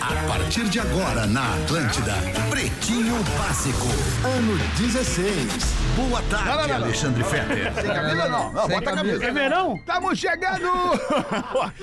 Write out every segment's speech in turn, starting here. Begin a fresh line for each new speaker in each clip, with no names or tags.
A partir de agora na Atlântida, Pretinho Básico, ano 16. Boa tarde, Alexandre Fetter.
Sem camisa ou não? Não, bota a camisa.
É verão?
Estamos chegando!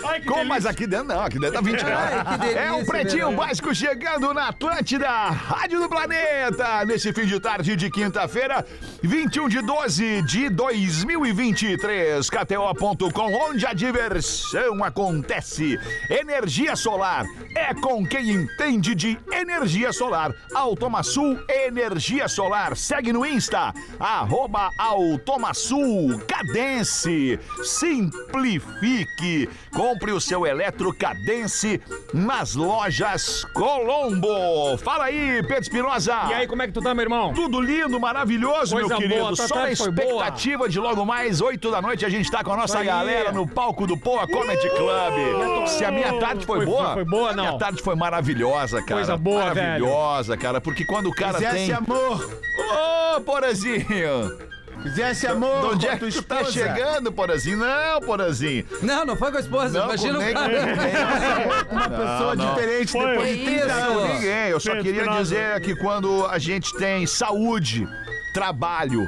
Ai, que
Com, mas aqui dentro não, aqui dentro tá 20
Ai,
graus.
que delícia,
é o Pretinho
verão.
Básico chegando na Atlântida, Rádio do Planeta, nesse fim de tarde de quinta-feira, 21 de 12 de 2023, KTO.com, onde a diversão acontece. Energia solar é com quem entende de energia solar. Automaçul Energia Solar. Segue no Insta, arroba Automaçul Cadence. Simplifique. Compre o seu eletro Cadence nas lojas Colombo. Fala aí, Pedro Espinosa.
E aí, como é que tu tá, meu irmão?
Tudo lindo, maravilhoso, meu
Coisa boa,
querido.
tua
Só na
tarde foi boa.
expectativa de logo mais 8 da noite a gente tá com a nossa
Aí.
galera no palco do Poa Comedy Club. Se a minha tarde foi,
Foi-
boa,
foi boa,
a minha
não.
tarde foi maravilhosa, cara.
Coisa boa, velho.
Maravilhosa, cara, porque quando o cara
Fizesse
tem
amor,
Ô, Porazinho!
fizesse amor.
De onde
com
é que
tua
tu tá
esposa.
chegando, Porazinho? Não, Porazinho!
Não, não foi com a esposa.
Não,
Imagina
com
o
nem-
cara.
nem-
Uma pessoa
não.
diferente
Foi.
depois de 30
Isso.
anos.
Ninguém, eu só
Pedro
queria
Espinosa.
dizer que quando a gente tem saúde, trabalho,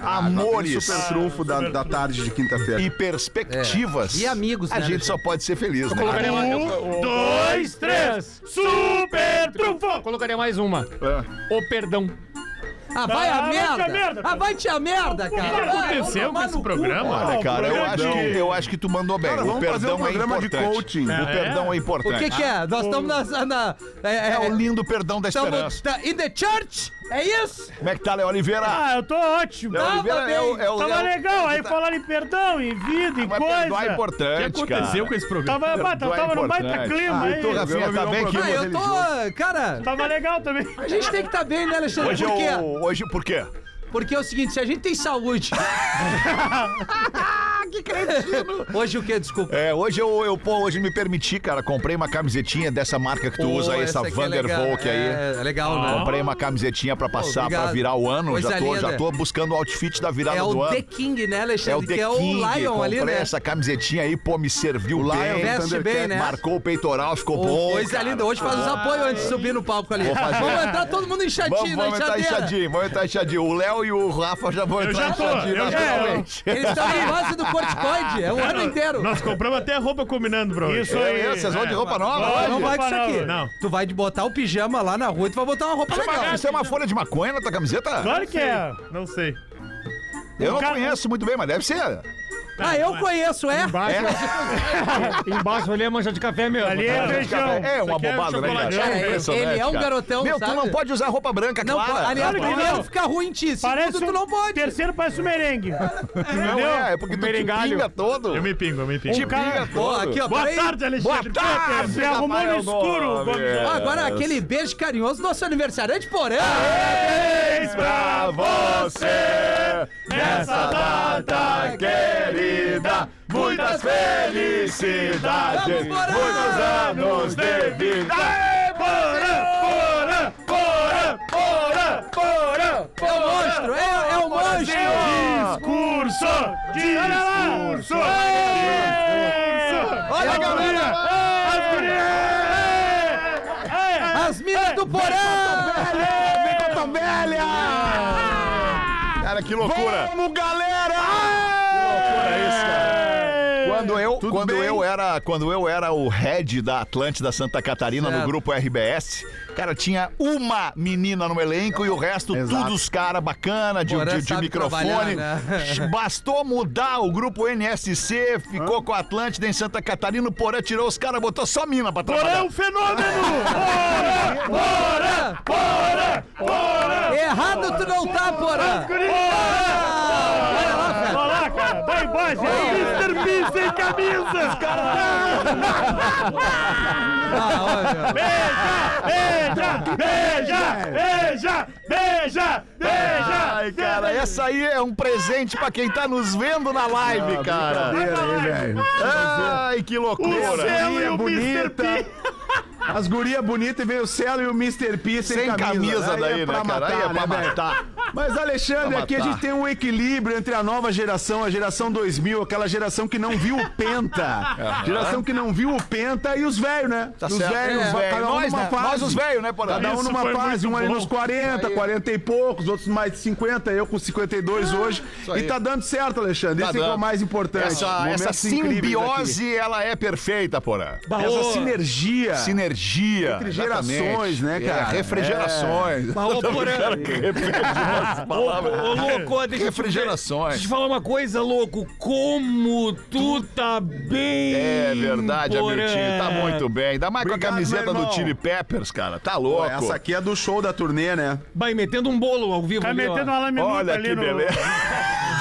Ah,
amores
é
Super trunfo da, da tarde de quinta-feira.
e perspectivas.
É. E amigos,
A
né,
gente só pode ser feliz, né?
Colocaria
cara?
mais- Um, dois, três. Super trunfo! Colocaria mais uma.
É.
O perdão.
Ah, vai
Ah,
a
vai te a merda,
merda.
cara.
Ah, vai te a merda, cara.
que
Vai,
aconteceu
vai tomar
com esse
no cu,
programa?
cara.
Olha, cara, eu
programa
acho,
de-
que, eu acho que tu mandou bem. o
vamos fazer
perdão
um programa
é
de
importante.
coaching.
O
É.
perdão é
O
importante.
que que é? Nós estamos na... na- é, é,
É o lindo perdão da
tamo-
esperança.
tá- in the church? É isso?
Como é que tá, Léo Oliveira?
Ah, eu tô ótimo.
Léo
Ah,
é
tava bem.
o
Tava
Léo-
legal, aí falaram em perdão, em vida, em
Mas
coisa.
perdoar é importante,
O que aconteceu
cara.
com esse programa? Tava, bah,
Perdoar é
tava no baita
importante.
clima,
Ah, e tu,
aí.
Rafinha, tá bem aqui?
Ah, eu tô... Cara,
Tava legal também.
a gente tem que estar bem, né, Alexandre?
Hoje,
Por quê?
é o- hoje por quê?
Porque é o seguinte, se a gente tem saúde... Hoje o quê? Desculpa.
É, hoje eu, eu pô, hoje me permiti, cara. Comprei uma camisetinha dessa marca que tu
Pô,
usa aí, essa,
aqui é
Vander
legal.
Volk aí.
É, legal, né?
Comprei uma camisetinha pra passar, pra
obrigado.
virar o ano.
Coisa
Já tô, já
linda.
tô buscando o outfit da virada
É
do
o
ano.
The King, né, Alexandre?
É o The
que é o
King.
Lion
comprei
ali, né?
essa camisetinha aí, pô, me serviu
Lion
bem.
veste
Thundercat,
bem, né?
Marcou o peitoral, ficou
Ô,
bom.
coisa
cara.
linda. Hoje faz os apoios antes de subir no palco ali.
Vou fazer.
Vamos entrar todo mundo
Vamos,
inchadinho, na
vamos entrar
enxadeira.
inchadinho, vamos entrar inchadinho. O Léo e o Rafa já vão entrar
já tô,
inchadinho
eu já-
naturalmente.
Eles estão na base do corticoide, é o ano inteiro.
Nós compramos até roupa combinando, bro.
Isso
É,
aí.
é, vocês
né?
vão de
É.
roupa nova
Lógico.
não
hoje?
vai com isso aqui.
Não.
Tu vai de botar o pijama lá na rua e tu vai botar uma roupa legal.
Isso é uma folha de maconha na tua camiseta?
Claro que é.
Não sei.
Eu não
Cara-
conheço muito bem, mas deve ser.
Ah, eu conheço, é?
Embaixo ali é mancha de café mesmo. Ali é feijão.
É uma
aqui é
bobada, né,
chocolate.
cara?
É,
ele-
impressionante,
ele é um
cara.
garotão,
Meu, tu
sabe?
não pode usar roupa branca,
Não,
claro.
pô, aliás,
Claro que
primeiro
não.
fica ruim em ti,
Parece
segundo tu
um...
não pode.
Terceiro parece um merengue.
não
entendeu?
é, é porque tu te
Merengalho.
pinga todo.
Eu me pingo, eu me pingo.
Um
Te pinga
Ó,
todo.
aqui, ó,
Boa
peraí.
tarde, Alexandre.
Boa tarde,
Peter.
Se arrumou no
Rafael
escuro,
Gomes.
Gomes.
É.
Agora, aquele beijo carinhoso do nosso aniversariante, porém.
Parabéns pra você nessa data querida. Muitas felicidades,
Vamos, Porã!
muitos anos de vida. Aê, Porã, Porã, Porã, Porã,
É o monstro, é, é o monstro.
Discurso! Discurso!
Olha a galera, as minas do porão.
Porã. velha! Cara, que loucura!
Vamos, galera!
Loucura é isso, cara. Quando eu, quando
bem?
eu era, quando eu era o head da Atlântida Santa Catarina no
Certo.
grupo RBS, cara, tinha uma menina no elenco e o resto
Exato.
todos os cara bacana de,
Porã
de- de
sabe
microfone.
trabalhar, né?
Bastou mudar o grupo NSC, ficou com a Atlântida em Santa Catarina, o Porã tirou os caras, botou só mina pra
É
trabalhar.
um fenômeno!
Errado tu não tá, porão.
Olha lá, cara! Vai embora! Mas é Mr. P sem camisa! Tá.
Ah, olha.
Beija! Beija! Beija! Beija! Beija!
Ai, cara, essa aí é um presente pra quem tá nos vendo na live,
Ah,
cara.
Brincadeira aí, velho.
Ai, que
O
loucura.
céu e o Mr.
bonita.
P!
As gurias bonitas e veio o Celo e o Mr. P sem,
Sem camisa daí, né, cara? Aí é pra
né, velho?
matar.
Mas, Alexandre,
Pra
aqui a
matar.
gente tem um equilíbrio entre a nova geração, a geração 2000, aquela geração que não viu o Penta. Geração que não viu o Penta e os velhos, né?
Tá
os
certo.
velhos,
É,
va- cada um
nós,
numa
né?
fase.
Nós os velhos, né, Porã?
Cada um
Isso
numa
foi
fase, um
muito
ali
bom.
nos 40, 40 e poucos, outros mais de 50, eu com 52 hoje. E
Ah, aí.
tá dando certo, Alexandre.
Tá
Isso é que é o
dando.
mais importante.
Essa,
Momentos
essa
incríveis aqui.
simbiose, ela é perfeita, Porã.
Essa sinergia.
Sinergia.
Entre gerações, né,
exatamente.
cara?
É,
É.
refrigerações.
Mas, ô, Porã.
Ô,
Ô, louco, deixa eu te-
Refrigerações.
Deixa eu te falar uma coisa, louco. Como tu tá bem,
É verdade,
Porã.
Hamilton. Tá muito bem. Ainda mais com a
Obrigado,
camiseta
meu
do
irmão.
Chili Peppers, cara. Tá
Pô,
louco.
Essa aqui é do show da turnê, né?
Vai metendo um bolo ao vivo
Tá
ali, ó.
metendo uma laminuta
Olha
ali
que
no...
beleza.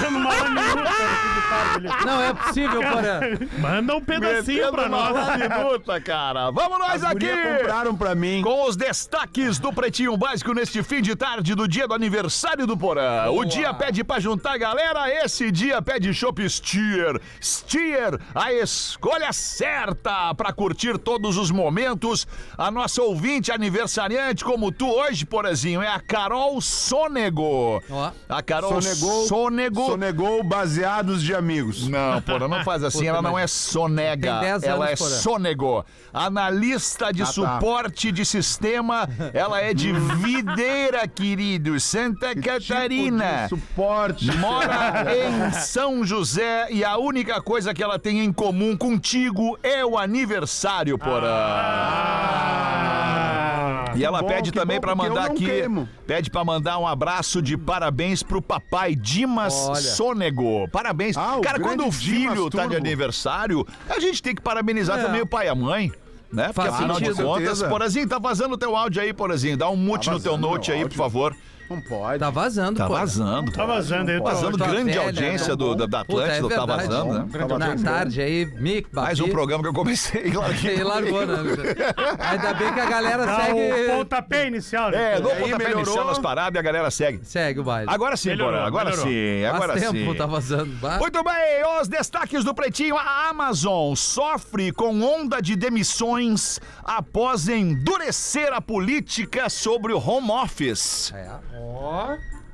Dando uma laminuta no fim de tarde ali.
Não é possível, Porã.
Manda um pedacinho pra nós.
minuta, cara. Vamos nós
As
aqui.
gurias compraram pra mim.
Com os destaques do Pretinho Básico neste fim de tarde do dia do aniversário do Porã. O dia pede pra juntar a galera, esse dia pede Shop Steer. Steer, a escolha certa pra curtir todos os momentos. A nossa ouvinte aniversariante, como tu hoje, Porazinho, é a Carol Sonego.
Ó.
A Carol
Sonego.
Sonego.
Sonegou baseados de amigos.
Não, porra, não faz assim.
Puta,
ela não
mas-
é sonega.
Tem 10
Ela é
anos, porra. Ah, tá.
sônego. Analista de suporte de sistema. Ela é de Videira, querido. Santa Catarina.
Tipo de suporte.
Mora em São José e a única coisa que ela tem em comum contigo é o aniversário, Porã. e ela
bom,
pede
Ah, que
também
bom,
pra
porque eu
mandar
não
aqui,
queimo.
pede pra mandar um abraço de parabéns pro papai Dimas
Olha.
Sônego. Parabéns.
Ah, o
Cara, quando
grande
o filho
Dimas
tá de
Turbo.
aniversário, a gente tem que parabenizar
É.
também o pai e a mãe. Né? Porque
Faz
afinal de
sentido.
contas,
Certeza. Tá
Porazinho, tá vazando o teu áudio aí, Porazinho. Dá um mute no teu
vazando
note
meu
aí, por
áudio.
favor.
Não pode.
Tá vazando,
Tá
Porã.
vazando.
Tá vazando aí, tá
Vazando
Tá
grande
velha,
audiência
né?
do, da, da
Puta, é
Atlântida, tá
verdade.
vazando, né?
Na tarde aí, Mick, Babi,
Mais um programa que eu comecei e larguei.
E largou, né? Ainda bem que a galera
Dá
segue,
Tá o pontapé inicial. né?
É, no
E aí,
pontapé
melhorou?
inicial nas paradas e a galera segue.
segue o baile.
Agora sim,
Melhorou,
Porã, agora
melhorou.
sim,
Faz
agora
tempo
sim.
tá vazando. Bah.
Muito bem, os destaques do Pretinho. A Amazon sofre com onda de demissões após endurecer a política sobre o home office.
É.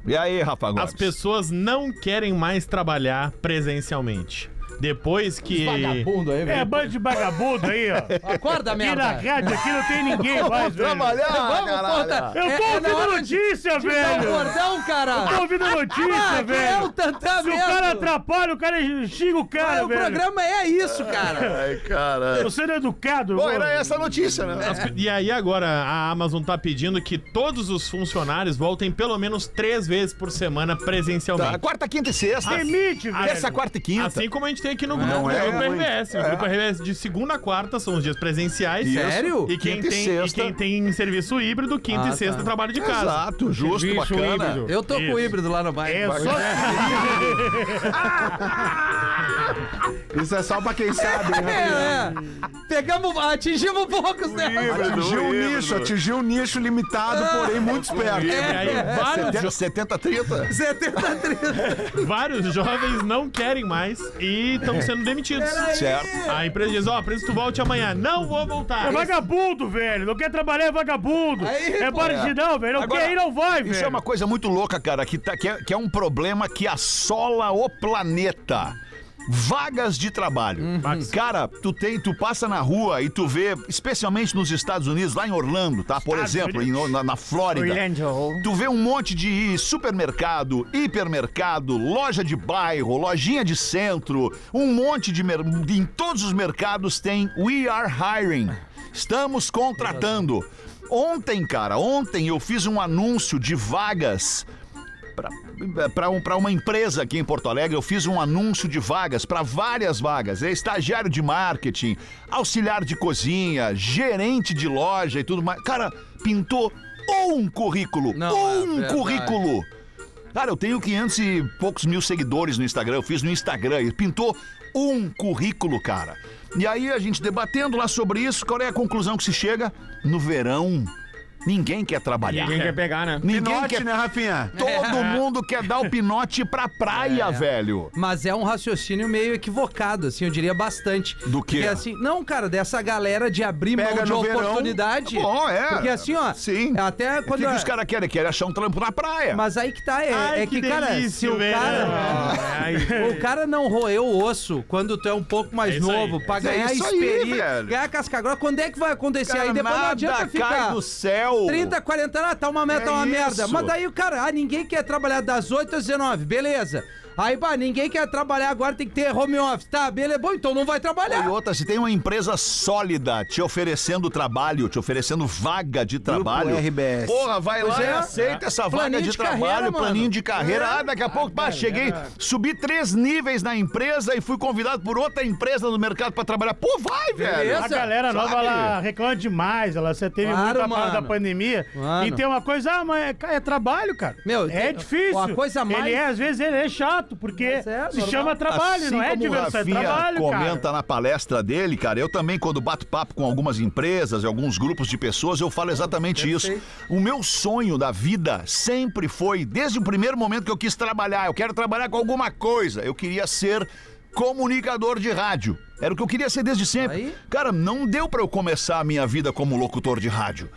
E aí, Rafa Gomes?
As pessoas não querem mais trabalhar presencialmente. Depois que.
Vagabundo aí,
É,
velho.
bando de vagabundo aí, ó.
Acorda,
Aqui na
merda.
rádio, aqui não tem ninguém mais, velho.
Vamos, conta.
É,
É,
Eu tô ouvindo notícia,
Dá um
velho.
cordão, cara.
Tô ouvindo notícia,
Ah,
velho.
é o tantã
Se o
mesmo.
cara atrapalha, o cara xinga o cara,
Ah, o
velho.
programa é isso, cara.
Ai, cara.
Tô sendo educado.
Bom,
eu-
era essa a notícia, né?
E aí agora a Amazon tá pedindo que todos os funcionários voltem pelo menos três vezes por semana presencialmente.
Tá, Quarta, quinta e sexta.
Demite, velho.
Terça, quarta e quinta.
Assim como a gente tem aqui no grupo,
Não é
no grupo
muito.
RBS. O grupo RBS de segunda a quarta são os dias presenciais.
Isso. Sério?
E quem,
Quinta e
tem, e
sexta.
quem tem serviço híbrido, quinta
Ah,
e sexta
tá.
trabalho de casa.
Exato, justo,
Serviço
bacana.
híbrido.
Eu tô com o
Isso.
híbrido lá no baile.
É só
Isso é só pra quem sabe, né?
É, é. Pegamos, atingimos poucos, né?
Atingiu um nicho, atingiu um nicho limitado,
Ah.
porém muito esperto.
É,
E aí
É,
Ah,
vários, jo-
70, 30.
70 30.
vários jovens não querem mais e
É.
estão sendo demitidos.
Certo.
A empresa diz, ó, preciso que tu volte amanhã. Não vou voltar.
É vagabundo, velho. Não quer trabalhar, é vagabundo.
Aí,
é
pô,
partidão, velho. Não
Agora,
quer ir, não vai,
Isso
velho.
é uma coisa muito louca, cara, que, tá- que é, que é um problema que assola o planeta. Vagas de trabalho.
Hum.
Cara, tu tem, tu passa na rua e tu vê, especialmente nos Estados Unidos, lá em Orlando, tá? Por
Estados
exemplo, em- na, na Flórida.
Orlando.
Tu vê um monte de supermercado, hipermercado, loja de bairro, lojinha de centro, um monte de. mer- Em todos os mercados tem We Are Hiring. Estamos contratando. Ontem, cara, ontem eu fiz um anúncio de vagas para um, pra uma empresa aqui em Porto Alegre, eu fiz um anúncio de vagas, para várias vagas. É estagiário de marketing, auxiliar de cozinha, gerente de loja e tudo mais. Cara, pintou um currículo.
Não, é
um
verdade.
currículo. Cara, eu tenho 500 e poucos mil seguidores no Instagram. Eu fiz no Instagram e pintou um currículo, cara. E aí a gente debatendo lá sobre isso, qual é a conclusão que se chega? No verão, ninguém quer trabalhar.
Ninguém quer pegar, né?
Ninguém
Pinote,
quer...
né, Rafinha?
Todo mundo quer dar o pinote pra praia, velho.
Mas é um raciocínio meio equivocado, assim, eu diria bastante.
Do quê?
Porque assim, não, cara, dessa galera de abrir
Pega
mão de
no verão.
oportunidade.
Bom, é.
Porque assim, ó,
Sim.
até
O que,
quando.
que os caras querem? Querem achar um trampo na praia.
Mas aí que tá, é,
Ai,
é que, Ah,
que
cara, se
delícia,
o
velho. Ah, é.
cara.
Ai.
O cara não roeu o osso quando tu é um pouco mais
É isso
novo,
aí.
pra
é
ganhar
isso aí,
experiência,
velho.
ganhar casca grossa. Quando é que vai acontecer? aí depois não
Nada
adianta
cai
ficar.
do céu.
30, 40 anos, ah, tá uma
É
meta, uma
isso.
merda. Mas daí o cara, ah, ninguém quer trabalhar das 8 às 19, beleza. Aí, bah, ninguém quer trabalhar agora, tem que ter home office. Tá, beleza, bom, então não vai
E
trabalhar.
outra, se tem uma empresa sólida te oferecendo trabalho, te oferecendo vaga de trabalho.
RBS.
Porra, vai lá
é.
e aceita essa
Planinho
vaga de,
de
trabalho,
carreira,
planinho
mano.
de carreira. Ah, daqui a pouco, pá, cheguei, subi três níveis na empresa e fui convidado por outra empresa no mercado pra trabalhar. Pô, vai, velho.
Beleza.
A galera
Sabe?
nova ela reclama demais, ela você teve
Claro,
muita parte da
mano.
pandemia.
Mano.
E tem uma coisa, ah, mas é, cara, é trabalho, cara.
Meu,
é
tem-
difícil.
uma coisa a mais-
Ele é, às vezes ele é chato, porque
Mas é,
se
normal.
chama trabalho,
Assim
não é
como o
diversão, é
Rafinha
trabalho,
comenta
cara.
tá na palestra dele, cara, eu também, quando bato papo com algumas empresas e alguns grupos de pessoas, eu falo exatamente isso. O meu sonho da vida sempre foi, desde o primeiro momento que eu quis trabalhar, eu quero trabalhar com alguma coisa. Eu queria ser comunicador de rádio. Era o que eu queria ser desde sempre.
Aí?
Cara, não deu pra eu começar a minha vida como locutor de rádio.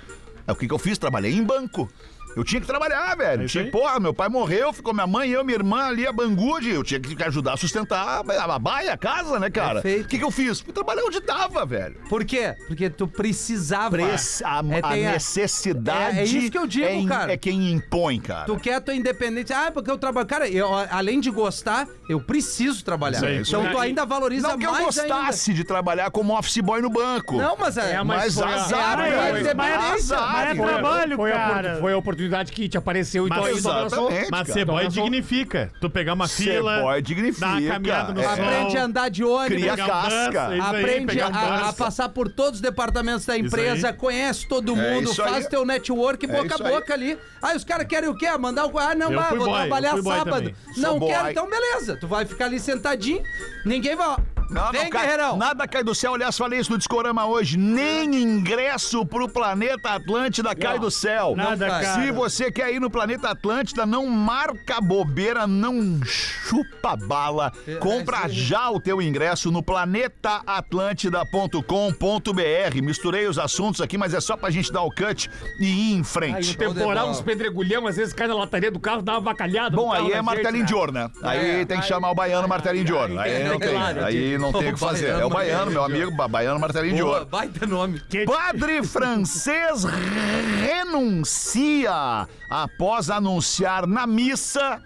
Aí o que, que eu fiz? Trabalhei em banco. Eu tinha que trabalhar, velho. Tinha, porra, meu pai morreu, ficou minha mãe, eu, minha irmã ali, a bangude. Eu tinha que ajudar a sustentar a, a baia, a casa, né, cara? O
Perfeito.
que, que eu fiz? Fui trabalhar onde dava, velho.
Por quê? Porque tu precisava.
Prec- a,
É,
a
tem a-
necessidade.
é- é isso que eu digo,
é em-
cara.
É quem impõe, cara.
Tu quer a tua independência. Ah, porque eu trabalho. Cara, eu, ó, além de gostar, eu preciso trabalhar.
Isso aí, isso
então
aí.
tu ainda valoriza
Não que eu
mais
gostasse de trabalhar como office boy no banco.
ainda. Não, mas é.
É,
mas
foi a-
azar,
é a
velho.
independência,
Mas
mas
azar,
é
velho.
trabalho,
foi, a opor-
cara.
foi a oportunidade que te apareceu e
Mas-
tu aí tu abraçou.
Exatamente,
Mas
cara.
ser boy
Então,
dignifica. Tu pegar uma
Ser
fila,
boy dignifica,
dar uma caminhada no
é.
sol.
Aprende a andar de ônibus.
Cria
pegar um
casca.
bus, é isso aí,
Aprende
pegar um
a, a
bus.
passar por todos os departamentos da
aí.
empresa, conhece todo
É
mundo,
isso
faz
aí.
teu network boca a
isso aí.
boca ali. Aí os caras querem o quê? Mandar o. Ah, não,
Eu
bah,
fui
vou
boy, eu
trabalhar
fui boy
sábado.
também.
Não
Sou
quero,
boy.
então beleza. Tu vai ficar ali sentadinho, ninguém vai.
Não,
Vem,
não cai-
guerreirão.
nada cai do céu. Aliás, falei isso no Discorama hoje. Nem ingresso pro planeta Atlântida cai do céu.
Nada,
Não,
cara.
Se você quer ir no planeta Atlântida, não marca bobeira, não chupa bala. Compra já o teu ingresso no planetaatlântida.com.br. Misturei os assuntos aqui, mas é só pra gente dar o cut e ir em
Aí
frente.
um temporal, uns pedregulhão, às vezes cai na lataria do carro, dá uma vacalhada.
então,
Bom, aí é martelinho de ouro, né? Aí tem que chamar o baiano martelinho de ouro. Aí não tem,
claro,
aí não tem o que fazer. É o baiano, meu amigo, ba- baiano martelinho de
Boa,
ouro.
baita nome.
Padre francês renuncia após anunciar na missa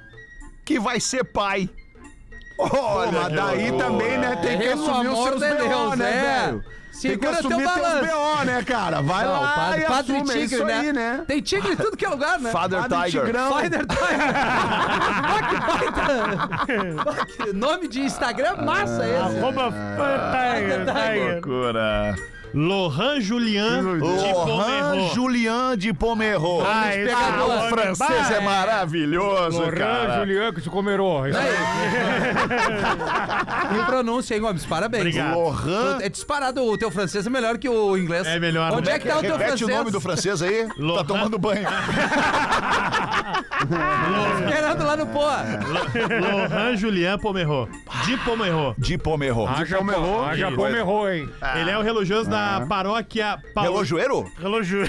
que vai ser pai. Olha,
Mas daí também, né, tem que
Pelo
assumir os
amor
seus
de
BO,
Deus,
né,
é.
velho? Tem que
Segura teu
assumir teus
balanço.
BO, né, cara? Vai
Não,
lá
padre,
e
padre
assume, é
Tigre,
isso
né?
aí, né?
Tem tigre em tudo que é lugar, né?
Father
Padre
Tiger.
Tigrão.
Spider Tiger. Bah, que baita. Nome de Instagram massa
Ah.
esse.
Ah.
Arroba
tá
Tiger, Tiger.
Loucura.
Lohan Julian de
Lohan
Pomerô.
Julian de Pomerô.
Ah, esse
Ah,
nome,
o francês
bah,
é maravilhoso,
Lohan,
cara.
Julian, que se comerou.
Que pronúncia, hein, Gomes? Parabéns.
Obrigado.
Lohan.
Tu- É disparado, o teu francês é melhor que o inglês.
É melhor,
Onde
né?
é que tá o teu
Repete
francês?
o nome do francês aí. Tá
Lohan.
tomando banho.
Esperando lá no Poa.
é
Lohan Julian Pomerô. De Pomerô.
De Pomerô.
Haja Pomerô. Haja Pomerô, hein?
Ah.
Ele é o religioso da paróquia Paul...
Relojoeiro?
Relógio.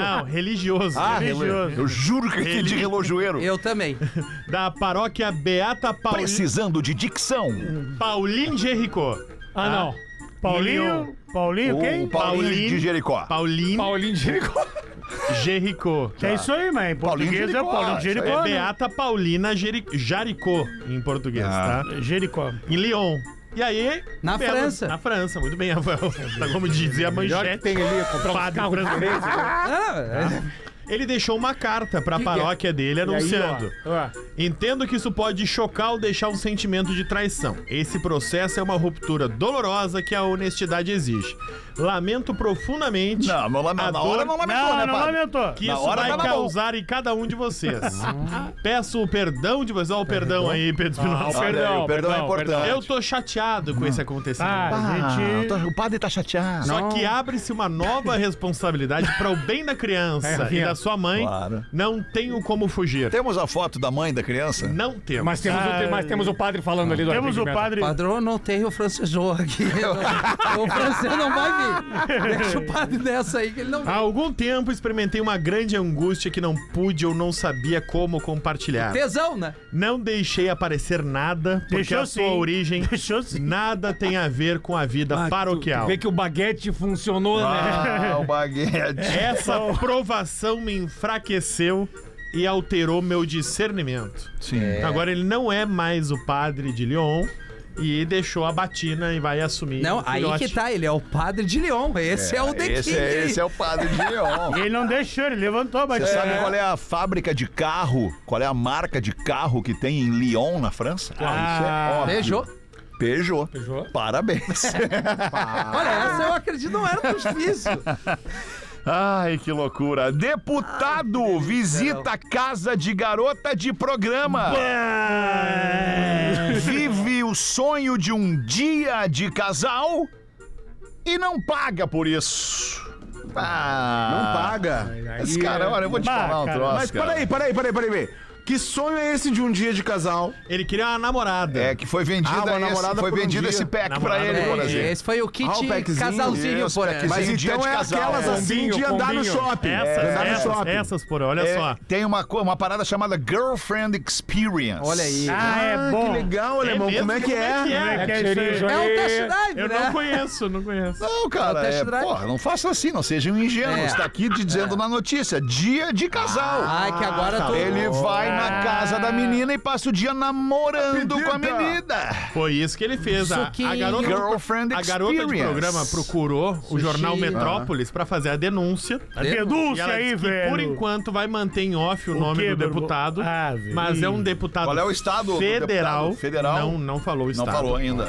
Não, religioso.
Ah, Eu juro que entendi relojoeiro.
Eu também.
Da paróquia Beata Paul...
Precisando de dicção.
Pauline Jericó.
Ah, não. Paulinho. Paulinho,
O
quem?
Paulinho de Jericó.
Pauline
Paulinho de Jericó.
Jericó.
É isso aí, mas em
Paulinho
português é
Jericó,
Paulinho
isso aí.
Jericó.
É
né?
Beata Paulina Jeri... Jaricó, em português, tá?
Jericó.
Em Lyon. E aí...
Na França.
Na França, muito bem, Rafael. Tá como dizia a
Melhor que
manchete.
tem ali, comprar um
Padre
carro
brasileiro.
brasileiro.
Ah, é.
Ele deixou uma carta pra
Que que é?
paróquia dele
E aí,
anunciando.
ó, ó.
Entendo que isso pode chocar ou deixar um sentimento de traição. Esse processo é uma ruptura dolorosa que a honestidade exige. Lamento profundamente.
é- Não, não lame-
a
na hora
dor
não lamentou,
Não,
né,
não
padre?
lamentou.
que
Na
isso
hora
vai
tava bom.
causar em cada um de vocês. Peço o perdão de vocês. Olha o perdão aí, Pedro
Ah,
Espinosa.
o perdão,
aí, o perdão é importante.
Eu tô chateado com esse acontecimento.
Ah, gente.
Ah, o padre tá chateado.
Só que abre-se uma nova responsabilidade para o bem da criança e da sua mãe.
Claro.
Não tenho como fugir.
Temos a foto da mãe da criança?
Não temos. um-
Mas temos,
Ah,
o, mas temos o padre falando ali do
Temos o
atendimento.
padre.
Padrão, não tem o francesão aqui. o francês não vai vir. Deixa o padre nessa aí que ele não
Há algum tempo experimentei uma grande angústia que não pude ou não sabia como compartilhar.
Tesão, né?
Não deixei aparecer nada, porque
Deixou
a sua
sim.
origem
Deixou sim.
nada tem a ver com a vida
Ah, tu-
paroquial.
tu Vê que o baguete funcionou, né?
Ah, o baguete.
Essa
Então-
provação me enfraqueceu e alterou meu discernimento.
Sim.
Agora ele não é mais o padre de Lyon e deixou a batina e vai assumir.
Não,
o
aí
filhote.
que tá, ele é o padre de Leon. Esse é, o The
esse,
King.
é, esse é o padre de Leon.
Ele não deixou, ele levantou a
Você
batida.
sabe qual é a fábrica de carro, qual é a marca de carro que tem em Lyon, na França? Ah,
Beijou.
Peugeot. Parabéns.
Olha, essa eu acredito não era tão difícil.
Ai, que loucura. Deputado visita casa de garota de programa.
É.
Vive o sonho de um dia de casal e não paga por isso.
Não
Ah,
paga.
Esse
é
cara, olha, eu vou te
Bah,
Ah,
falar um
cara,
troço.
Mas
cara.
peraí, peraí, peraí, peraí. peraí. Que sonho é esse de um dia de casal?
Ele queria uma namorada.
É que foi
Ah,
vendida
uma
esse,
namorada
foi
por um
vendido
dia.
esse pack pra
Namorada
ele,
por um
por
dia.
exemplo.
esse foi o kit
Ah, o packzinho.
casalzinho,
Isso,
por
packzinho.
aí.
Mas
Mas
um dia
então
de
é
casal,
aquelas
é.
assim de
Combinho,
andar no
combinho.
shopping.
Essas,
andar no
essas,
shopping.
essas, porra, olha
É,
só.
Tem uma, co- uma parada chamada Girlfriend Experience.
Olha aí.
Ah,
Que
é bom.
legal, alemão.
mesmo?
Como é que é?
É que é
Cheirinho,
isso aí.
Johnny.
É um test drive,
Eu
né?
não conheço, não conheço.
Não,
É o
cara,
test
é,
drive.
porra, não faça assim, não sejam ingênuos.
É.
Está tá aqui te dizendo na notícia, dia de casal.
Ah, que agora eu tô...
Ele vai na casa da menina e passa o dia namorando com a menina.
Foi isso que ele fez. A, a
Suquinho.
garota,
Girlfriend
a garota de
Experience.
programa procurou o jornal Metrópolis pra fazer a denúncia. E
Denúncia
ela
aí,
disse que,
velho.
por enquanto vai manter em off o,
O
nome
quê,
do
meu
deputado.
irmão? Ah, velho.
mas é um deputado
Qual é o estado do
federal.
deputado? Federal?
Não, não falou
Não
o estado.
falou ainda.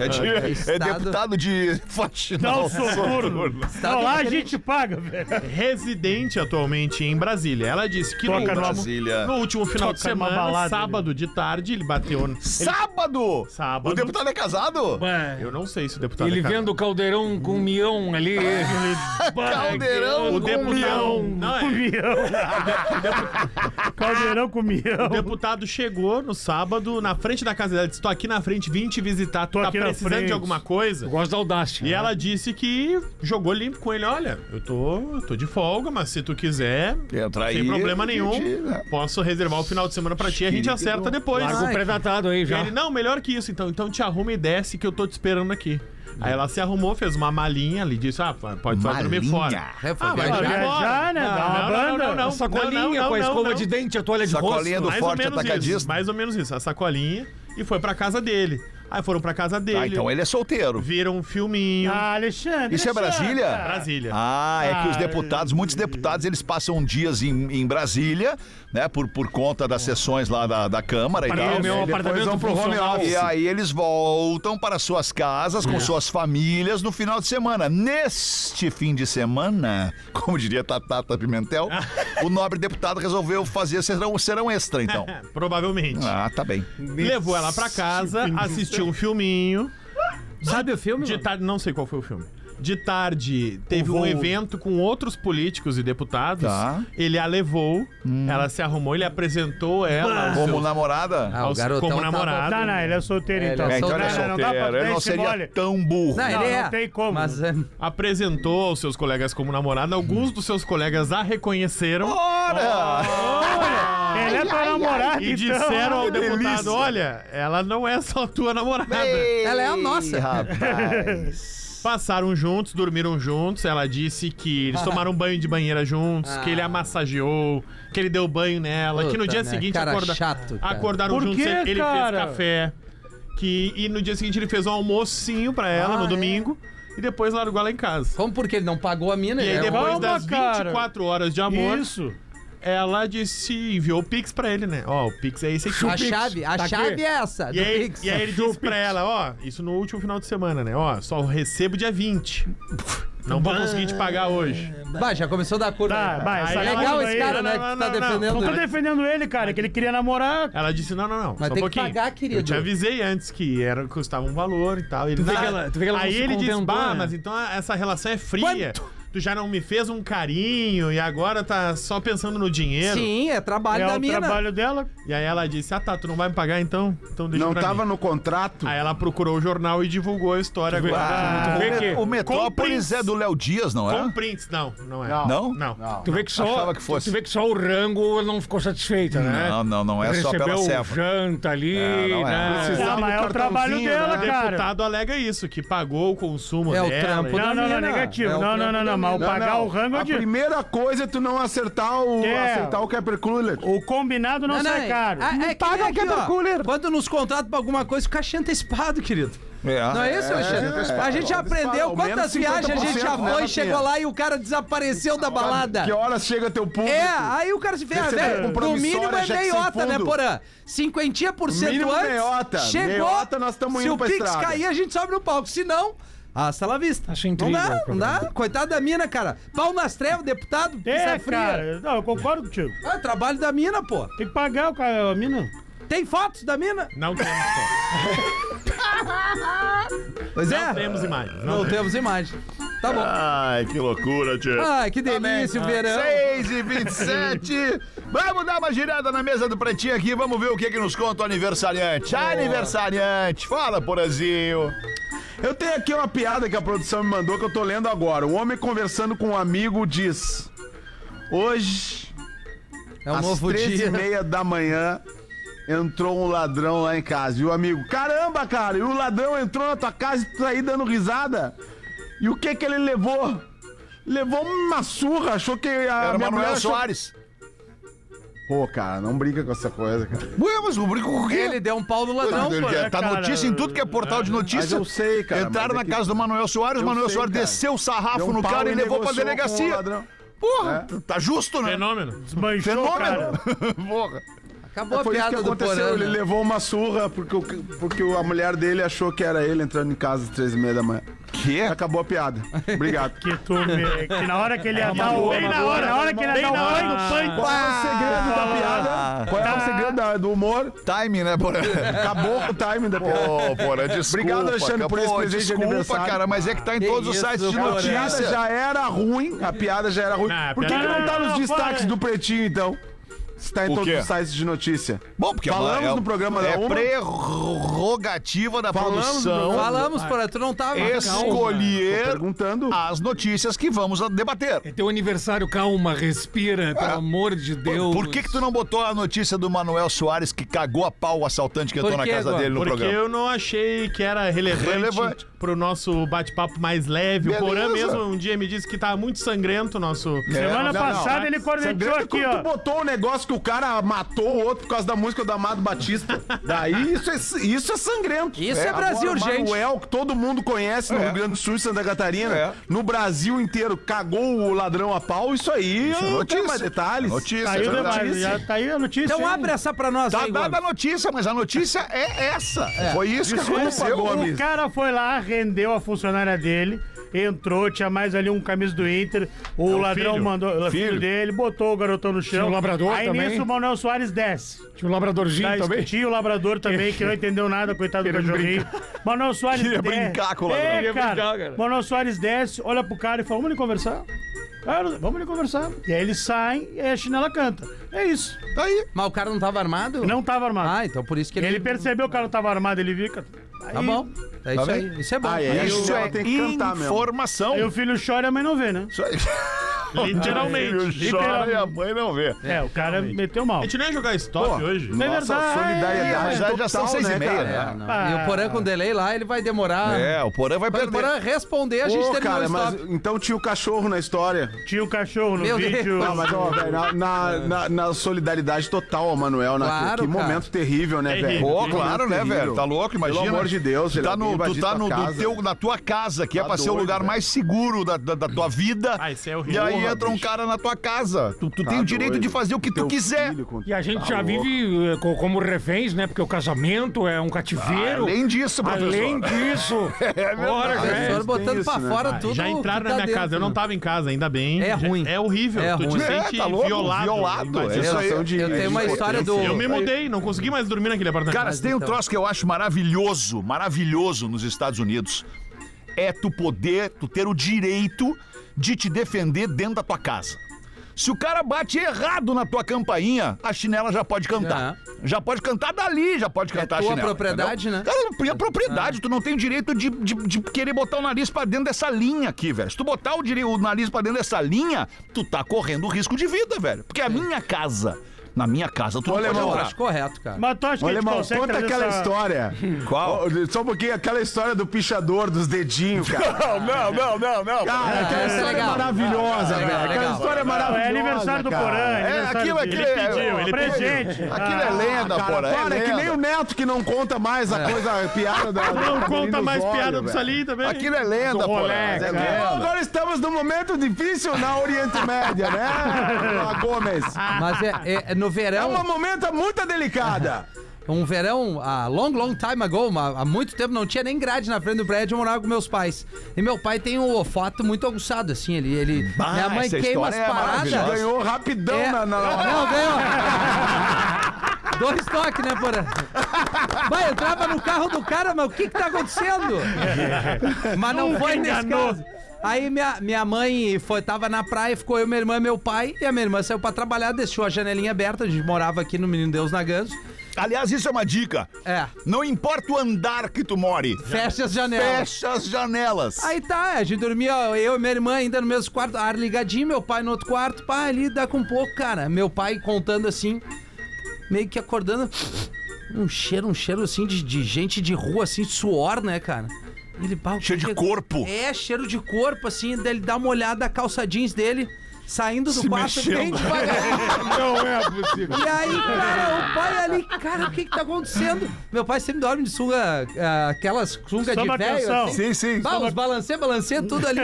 É, de- é
Estado-
deputado de
Dá
faxinal.
o soturno.
Estado
Não, lá a
daquele-
gente paga, velho.
Residente atualmente em Brasília. Ela disse que no
Toca no
último,
Brasília.
no último final
Toca
de
numa
semana,
balada,
sábado de tarde, ele bateu. ele-
Sábado!
Sábado.
O deputado é casado?
Eu não sei se o deputado.
Ele
é casado.
vendo o caldeirão com o mião ali.
Caldeirão
O
com
deputado.
leão.
Não, é.
Comião. Caldeirão comião.
O deputado chegou no sábado na frente da casa dela. Disse: Tô aqui na frente, vim te visitar. Tu
Tô
tá
aqui na
precisando
frente."
de alguma coisa?
Eu gosto da audácia. né?
E ela disse que jogou limpo com ele. Olha, eu tô, eu tô de folga, mas se tu quiser,
Entra aí. né?"
sem problema nenhum,
Mentira.
posso reservar o final de semana pra ti. A gente acerta depois.
Larga o
Ai.
predatado aí
E
já.
ele, não, melhor que isso, então. Então te arruma e desce que eu tô te esperando aqui. Aí ela se arrumou, fez uma malinha ali, disse: Ah, pode tu vai dormir
Malinha.
fora.
É, foi
Ah, vai
viajar.
dormir
Viajar,
fora.
né?
Não,
Dá uma
não, não,
banda.
não, não.
A sacolinha
Não, não,
com a
não,
escova
não.
de dente, a toalha de
Sacolinha
rosto.
do forte
menos isso,
atacadista.
mais ou menos isso, a sacolinha e foi pra casa dele. Aí foram pra casa dele,
Ah, então ele é solteiro.
viram um filminho,
Ah, Alexandre.
Isso é
Alexandre.
Brasília?
Brasília.
Ah, é que os
Ah,
deputados, muitos deputados, eles passam dias em, em Brasília, né, por, por conta das sessões lá da, da Câmara e
Para
tal.
o meu apartamento funcional.
E aí eles voltam para suas casas com suas famílias no final de semana. Neste fim de semana, como diria Tatata Pimentel, o nobre deputado resolveu fazer serão, serão extra, então.
É, provavelmente.
Ah, tá bem.
Levou ela pra casa, assistiu um filminho.
Sabe o filme?
De
mano?
tarde, não sei qual foi o filme. De tarde, teve
voo.
um evento com outros políticos e deputados.
Tá. Hum.
Ele a levou, ela se arrumou, ele apresentou ela. aos
Como
seus-
namorada.
Ah, o
aos-
garotão
como
tava-
namorado.
Não, não, ele é solteiro,
É, ele
então.
é
É, então ele é
Não,
não dá pra
solteiro. Ele não
deixar
seria
mole.
tão burro.
Não, ele
Não,
é.
não tem como.
Mas é...
Apresentou aos seus colegas como namorada. Alguns dos seus colegas a reconheceram.
Oh,
Olha, ele é tua namorada,
E
então.
disseram ao
que
deputado:
delícia.
olha, ela não é só tua namorada.
Ela é a nossa.
Passaram juntos, dormiram juntos. Ela disse que eles tomaram banho de banheira juntos, que ele a massageou, que ele deu banho nela, que no
Ah. Puta,
dia
né?
seguinte
Cara
acorda-
chato, cara.
acordaram
Por
juntos.
quê,
ele ele
cara?
fez
Ah, é?
café. Que, e no dia seguinte ele fez um almocinho pra ela no domingo. e depois largou ela em casa.
Como porque ele não pagou a mina?
E aí,
né?
depois
Calma,
das
cara.
24 horas de amor,
Isso.
ela disse, enviou o Pix pra ele, né? Ó, o Pix é esse aqui.
A chave, a
Tá aqui.
chave é essa.
E
do
aí,
Pix.
e aí ele disse pra ela, ó, isso no último final de semana, né? Ó, só recebo dia 20. Não vou conseguir te pagar hoje.
Bah, já começou da curva.
Tá,
né,
vai,
cara?
sacanagem
Legal
aí.
esse cara,
Não,
né?
não,
Que tu tá
não, não,
Não
defendendo
tô
ele.
defendendo ele, cara, que ele queria namorar.
Ela disse, não, não, não.
Mas
só
tem que
um pouquinho.
pagar, querido.
Eu te avisei antes que era, custava um valor e tal. Ele,
Tu vê
"Não."
que ela- tu vê que ela não
aí
se
ele disse,
contentou,
bah,
né?"
mas então essa relação é fria. Tu já não me fez um carinho e agora tá só pensando no dinheiro.
Sim, é trabalho
É
da
o
mina.
trabalho dela.
E aí ela disse, ah tá, tu não vai me pagar então? Então deixa
Não
pra
tava
mim.
no contrato?
Aí ela procurou o jornal e divulgou a história agora.
O,
Tu vê
me-
que-
o Metrópolis
Comprints.
é do Léo Dias, não
Com
é?
prints, não, não é.
Não?
Não.
Tu vê que só,
Achava que fosse.
tu vê que só o rango não ficou satisfeita, né?
Não, não, não é só
Recebeu
pela
o
ceva.
janta ali,
É, não é.
né?
Precisava
Ah, mas
do
é o trabalho
cartãozinho, né?
dela,
O
cara.
deputado alega isso, que pagou o consumo
É o
dela.
trampo
Não, não, não, negativo.
É o
não, não,
trampo
não,
da
não. Mas o
mina.
pagar o rango é
A
de.
primeira coisa é tu não acertar o,
É.
acertar o Capriculet.
O combinado não, sai caro.
É, é que
paga
nem aqui,
aquela
ó, Quando nos contratam pra alguma coisa, fica achando antecipado, querido.
Ah,
É.
Não é isso, Alexandre? a gente já aprendeu
Ao menos
quantas viagens a gente
50%,
já
né,
foi,
Rafinha?
chegou lá e o cara desapareceu da balada.
Que horas chega teu público?
É, aí o cara se ferra,
Você tá com
velho. No
promissória,
mínimo é
cheque sem
meiota, né,
fundo.
Porã? Cinquentinha por cento
Mínimo
antes.
meiota.
Chegou.
Meiota, nós tamo
se
indo
o
pra
Pix
estrada.
cair, a gente sobe no palco. Se não, hasta la vista.
Acho
não
incrível o
dá, não
programa.
dá. Coitado da mina, cara. Pau nas trevas, deputado.
É,
pizza fria.
cara. Não, eu concordo contigo.
É, trabalho da mina, pô.
Tem que pagar o cara, a mina.
Tem fotos da mina?
Não temos foto.
Pois
Não
é.
temos imagens. Não,
Não
temos.
temos imagem. Tá
Ah,
bom.
Ai, que loucura, tio.
Ai, que delícia o verão.
6 e 27. Vamos dar uma girada na mesa do pretinho aqui. Vamos ver o
é
que, que nos conta o aniversariante. Aniversariante. Fala, Porazinho.
Eu tenho aqui uma piada que a produção me mandou que eu tô lendo agora. Um homem conversando com um amigo diz: Hoje,
É um
às
novo
três e
dia.
meia da manhã, entrou um ladrão lá em casa. E o amigo: Caramba, cara, e o ladrão entrou na tua casa e tu tá aí dando risada. E o que que ele levou? Levou uma surra, achou que a
Era
minha mulher
Manuel
achou...
Soares.
Pô, cara, não brinca com essa coisa, cara.
Ué, mas o brinco com
Ele deu um pau no ladrão, pô.
Tá
cara,
notícia em tudo que é portal de
Mas
notícia.
eu sei, cara.
Entraram
mas
na
é que
casa do Manuel Soares, o
Eu
Manuel
sei,
Soares
cara.
desceu o
deu
sarrafo
um
no
pau
cara e levou pra
negociou com o
delegacia.
ladrão.
Porra, tá justo, né?
Fenômeno.
Desmanchou, o
Fenômeno.
cara.
Porra.
Acabou a
Foi isso que
piada do
aconteceu.
Porã.
Ele
né?
levou uma surra porque, o- porque a mulher dele achou que era ele entrando em casa às três e meia da manhã.
Que?
Acabou a piada. Obrigado.
Que tu me... Que na hora que ele ia dar o... Bem na hora. Na hora que ele ia dar o banho no
Qual
punk.
é o segredo da piada? Qual é o segredo da- do humor?
Timing, né, Porã?
Acabou com o timing da piada.
Ô, Porã, desculpa.
Obrigado, Alexandre, por esse
Pô,
presente de
Desculpa,
aniversário.
cara, mas é que tá em
Que
todos os
isso,
sites de
Porã.
A piada
notícia.
já era ruim. A piada já era ruim.
Não, a
Por que,
piada-
que não tá
Não,
nos
não,
destaques
para.
do pretinho, então? Se tá em
O
todos
quê?
os sites de notícia.
Bom, porque
Falamos
é uma- é,
no programa da
é
Uma.
prerrogativa da
Falamos no
produção
Falamos, Porã, tu não tava.
Tô
escolher
perguntando.
as notícias que vamos a debater.
É teu aniversário, calma, respira,
Ah.
pelo amor de Deus.
Por que que tu não botou a notícia do Manuel Soares que cagou a pau o assaltante que
Por
entrou na
quê,
casa
Igor?
dele no
Porque
programa?
eu não achei que era relevante,
Relevante.
pro nosso bate-papo mais leve. O Porã
Beleza.
mesmo um dia me disse que tava muito sangrento o nosso.
É.
Tá Não,
Semana
não,
passada
não.
ele cornetou
Sangrento
aqui,
quando tu
ó.
botou um negócio que o cara matou o outro por causa da música do Amado Batista. Daí isso é, isso é sangrento.
Isso é Brasil
Agora,
urgente.
O Manuel, que todo mundo conhece no Rio Grande do Sul e Santa Catarina,
É.
no Brasil inteiro, cagou o ladrão a pau. Isso aí
é
não tem
notícia.
mais detalhes.
Notícia, é
Caiu
verdade.
demais. Já tá aí a notícia.
Então
hein?
abre essa pra nós
Tá
aí,
dada a
Gomes.
notícia, mas a notícia é essa. Foi isso que
Desculpa,
aconteceu.
Gomes.
O cara foi lá, rendeu a funcionária dele, entrou, tinha mais ali um camisa do Inter, o ladrão
filho.
mandou, é o filho.
Filho.
dele, botou o garotão no chão.
Tinha um labrador
Aí
também.
nisso o Manuel Soares desce.
Tinha um
Tá
labradorzinho
Daí
também.
Tá Tinha o labrador também, que não entendeu nada, coitado do cachorrinho. Manuel Soares
Queria
desce.
brincar com o ladrão.
É,
Queria
cara.
brincar, cara.
Manuel Soares desce, olha pro cara e fala, vamos ali conversar? Ah, vamos ali conversar. E aí eles saem e aí a chinela canta. É isso.
Tá aí.
Mas o cara não tava armado?
Não tava armado.
Ah, então por isso que ele.
Ele percebeu que o cara não tava armado, ele viu. cara. Aí,
Tá bom. É isso aí. Isso é bom.
Ah, é
Aí
isso.
o-
Isso
ela
é
tem que cantar mesmo.
informação.
aí o filho chora e a mãe não vê, né?
Isso aí.
Literalmente.
O filho chora
Literalmente.
e a mãe não vê.
É, o cara meteu mal.
A gente não ia jogar stop hoje?
né?
Não é verdade.
solidariedade
é.
total, já são seis e meia,
cara?
né?
É, não. E o Porã com delay lá, ele vai demorar.
É, o Porã vai
Pra,
perder.
para responder, a gente
Pô,
terminou
cara,
o
mas
stop.
então tinha o cachorro na história.
Tinha o cachorro no
Meu Deus.
vídeo.
Ah, mas ó, velho, na,
É.
na, na- na solidariedade total ao Manuel, na,
Claro,
que
cara.
momento terrível, né, velho?
Pô,
Que
claro,
momento
né,
terrível.
velho? Tá louco, imagina.
Pelo amor de Deus,
tu
ele
tá, no,
invadir
tu tá
tua
no, do
casa.
teu, na tua casa, que é
Tá
pra ser o
doido,
lugar
velho.
mais seguro da, da, da tua vida.
Ah, isso é
E
horrível.
aí
Porra,
entra um
bicho.
cara na tua casa. Tu, tu
Tá
tem o direito
doido.
de fazer o que
Teu
tu quiser.
filho com-
E a gente
Tá
já
louco.
vive eh, co- como reféns, né? Porque o casamento é um cativeiro.
Além disso, Ah, professor. É
Além disso. Ora,
O
né?
senhor botando
isso,
pra
né?
fora tudo.
Já entraram
que tá
na minha
dentro,
casa, eu não
né?
tava em casa, ainda bem.
É
Já-
ruim.
É horrível.
É
tu
ruim.
te
É,
sente
tá louco,
violado.
violado,
Mas
é
eu-
isso aí. é
Sensação de-
Eu tenho uma
de
história do.
Eu me mudei, não consegui mais dormir naquele apartamento.
Cara, se tem um
então.
troço que eu acho maravilhoso, maravilhoso nos Estados Unidos, é tu poder, tu ter o direito de te defender dentro da tua casa. Se o cara bate errado na tua campainha, a chinela já pode cantar. Já pode cantar dali, já pode cantar a
É tua
chinela.
propriedade,
entendeu?
né? Ah.
Cara, é propriedade, tu não tem o direito de, de- de querer botar o nariz pra dentro dessa linha aqui, velho. Se tu botar o, dire- o nariz pra dentro dessa linha, tu tá correndo risco de vida, velho. Porque é a minha casa. Na minha casa, tu não pode
Eu
entrar.
acho correto, cara.
Mas tu acha que
Ô,
a gente
Alemão,
consegue
conta
trazer
aquela
essa-
história.
Qual?
Ó, Só um pouquinho, aquela história do pichador dos dedinhos, cara.
Não, não, não, não, não.
Cara,
Ah,
aquela
essa é
história é
legal.
maravilhosa,
Ah,
velho.
legal,
Aquela
legal.
história é
Não,
maravilhosa.
é aniversário do
cara.
Porã. É, aniversário
aquilo,
dele.
aquilo é-
pediu, ele
Presente.
Aquilo é lenda, É.
Cara,
porra.
para, é, que nem o Neto que não conta mais a coisa, a piada da.
Não
da-
conta
dos
mais
olhos,
piada do
velho.
Salim também.
Aquilo é lenda,
Rolex,
porra.
é
É
Então,
lenda.
agora estamos num momento difícil na Oriente Média, né, Ana Gomes?
Mas é, é- é no
É
verão,
uma momento muito delicada.
um verão, a long, long time ago, uma- há muito tempo, não tinha nem grade na frente do prédio, eu morava com meus pais. E meu pai tem um olfato muito aguçado, assim, ele... ele
Bah,
minha mãe
essa
queima
história
as
é
paradas...
maravilhosa.
Ganhou rapidão
É.
na, na-
Não, ganhou. Dois toques, né, Porã? Vai, eu entrava no carro do cara, mas o que que tá acontecendo? Mas não foi nesse caso. Aí minha, minha mãe foi, tava na praia, ficou eu, minha irmã e meu pai. E a minha irmã saiu pra trabalhar, deixou a janelinha aberta. A gente morava aqui no Menino Deus na Ganso.
Aliás, isso é uma dica.
É,
Não importa o andar que tu more,
fecha as
É.
janelas.
fecha as janelas.
Aí tá, a gente dormia, eu e minha irmã ainda no mesmo quarto, ar ligadinho, meu pai no outro quarto, pá, ali dá com um pouco, cara. Meu pai contando assim, meio que acordando, um cheiro, um cheiro assim de, de gente de rua, assim, de suor, né, cara? Ele, pá, o que
Cheio de
que-
corpo.
É, cheiro de corpo, assim, daí ele dá uma olhada na calça jeans dele, saindo do quarto bem devagarinho.
Não é possível.
E aí, cara, o pai ali, cara, o que que tá acontecendo? Meu pai sempre dorme de sunga, ah, aquelas sunga
Chama
de velho,
atenção.
Sim,
assim.
sim.
Bah, os balancê, balancê, tudo ali.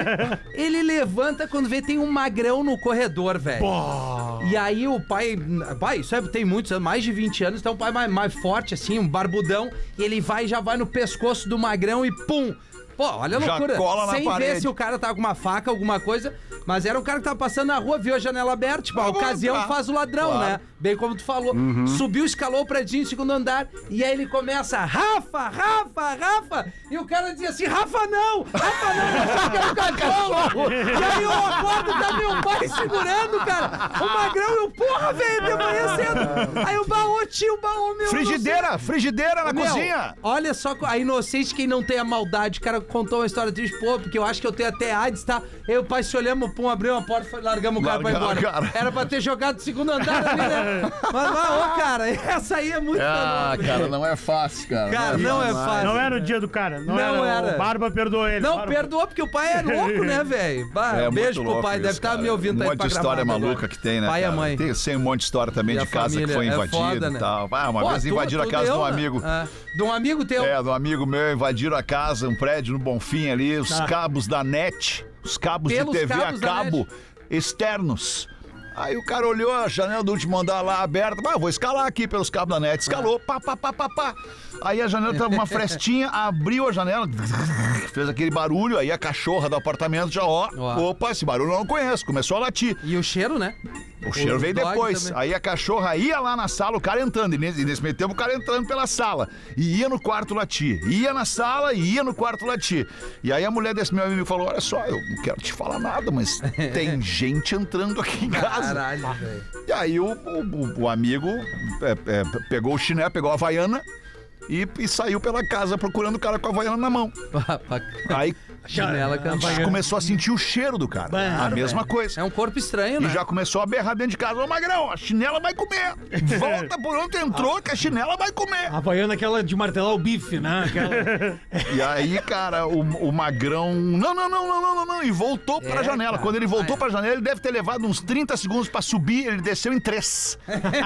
Ele levanta quando vê tem um magrão no corredor, velho. E aí o pai, pai, isso é, tem muitos, anos, mais de 20 anos, então um pai mais, mais forte assim, um barbudão, e ele vai já vai no pescoço do magrão e pum. Pô, olha a
Já
loucura.
cola na
Sem ver
parede.
se o cara tava com uma faca, alguma coisa, mas era um cara que tava passando na rua, viu a janela aberta, tipo, a ocasião faz o ladrão, né? Bem como tu falou. Subiu, escalou o prédio no segundo andar, e aí ele começa, Rafa, Rafa, Rafa, e o cara dizia assim, Rafa não, Rafa não, eu só quero um cachorro. e aí eu acordo, tá meu pai segurando, cara, o magrão, eu, porra, velho, de manhã cedo. Aí o baú, tio, o baú, meu, eu não sei
frigideira, frigideira na
meu,
cozinha.
Olha só a inocente quem não tem a maldade. O cara contou uma história triste, pô, porque eu acho que eu tenho até AIDS, tá? Eu e o pai se olhamos, pum, abriu uma porta, foi- largamos o cara pra ir
Largaram
embora.
o cara.
Era pra ter jogado do segundo andar ali, né? Mas, mas, ô, cara, essa aí é muito fenômeno.
não Ah, é fácil,
Cara, não é fácil.
Não era o dia do cara. Não,
Não
era.
era.
O Barba perdoou ele.
Não,
Barba.
perdoou, porque o pai é louco, né, velho? Bah,
É muito
beijo pro
louco
pai,
isso,
deve estar
cara.
me ouvindo
um
aí
monte
pra
de história
gramado
maluca
agora.
que tem, né?
Pai e a
cara?
mãe.
Tem sei, um monte de história também
E a
de casa que
família,
foi
é
invadida
foda,
e
né?
tal. Ah, uma
Pô,
vez
tu-
invadiram
tu
a casa de
deu,
um
né?
amigo.
Ah, de um amigo teu.
É, de um amigo meu, invadiram a casa, um prédio no Bonfim ali, os cabos da net, os cabos
Tá. Pelos
de TV
cabos
a
da
cabo,
net.
externos. Aí o cara olhou a janela do último andar lá aberta, mas vou escalar aqui pelos cabos da net. Escalou, pá,
Ah.
pá, pá, pá, pá. Aí a janela tava uma frestinha, abriu a janela, fez aquele barulho, aí a cachorra do apartamento já, ó,
Ó.
opa, esse barulho eu não conheço, começou a latir.
E o cheiro, né?
O cheiro
Os
veio
dog
depois.
também.
Aí a cachorra ia lá na sala, o cara entrando. E nesse, e nesse meio tempo, o cara entrando pela sala. E ia no quarto latir. Ia na sala e ia no quarto latir. E aí a mulher desse meu amigo falou: Olha só, eu não quero te falar nada, mas tem gente entrando aqui em casa.
Caralho, velho.
E aí o, o- o amigo é, é, pegou o chinelo, pegou a vaiana e, e saiu pela casa procurando o cara com a vaiana na mão. Aí
Chinela
A gente
cantando.
começou a sentir o cheiro do cara. a mesma coisa.
É um corpo estranho,
E
né?
já começou a berrar dentro de casa. Ô, Magrão, a chinela vai comer. Volta por onde entrou que a chinela vai comer.
A baiana aquela de martelar o bife, né? Aquela...
E aí, cara, o, o Magrão... Não, não, não, não, não, não, não. E voltou pra
É,
janela.
cara.
Quando ele voltou
Ah, é.
pra janela, ele deve ter levado uns 30 segundos pra subir. Ele desceu em 3.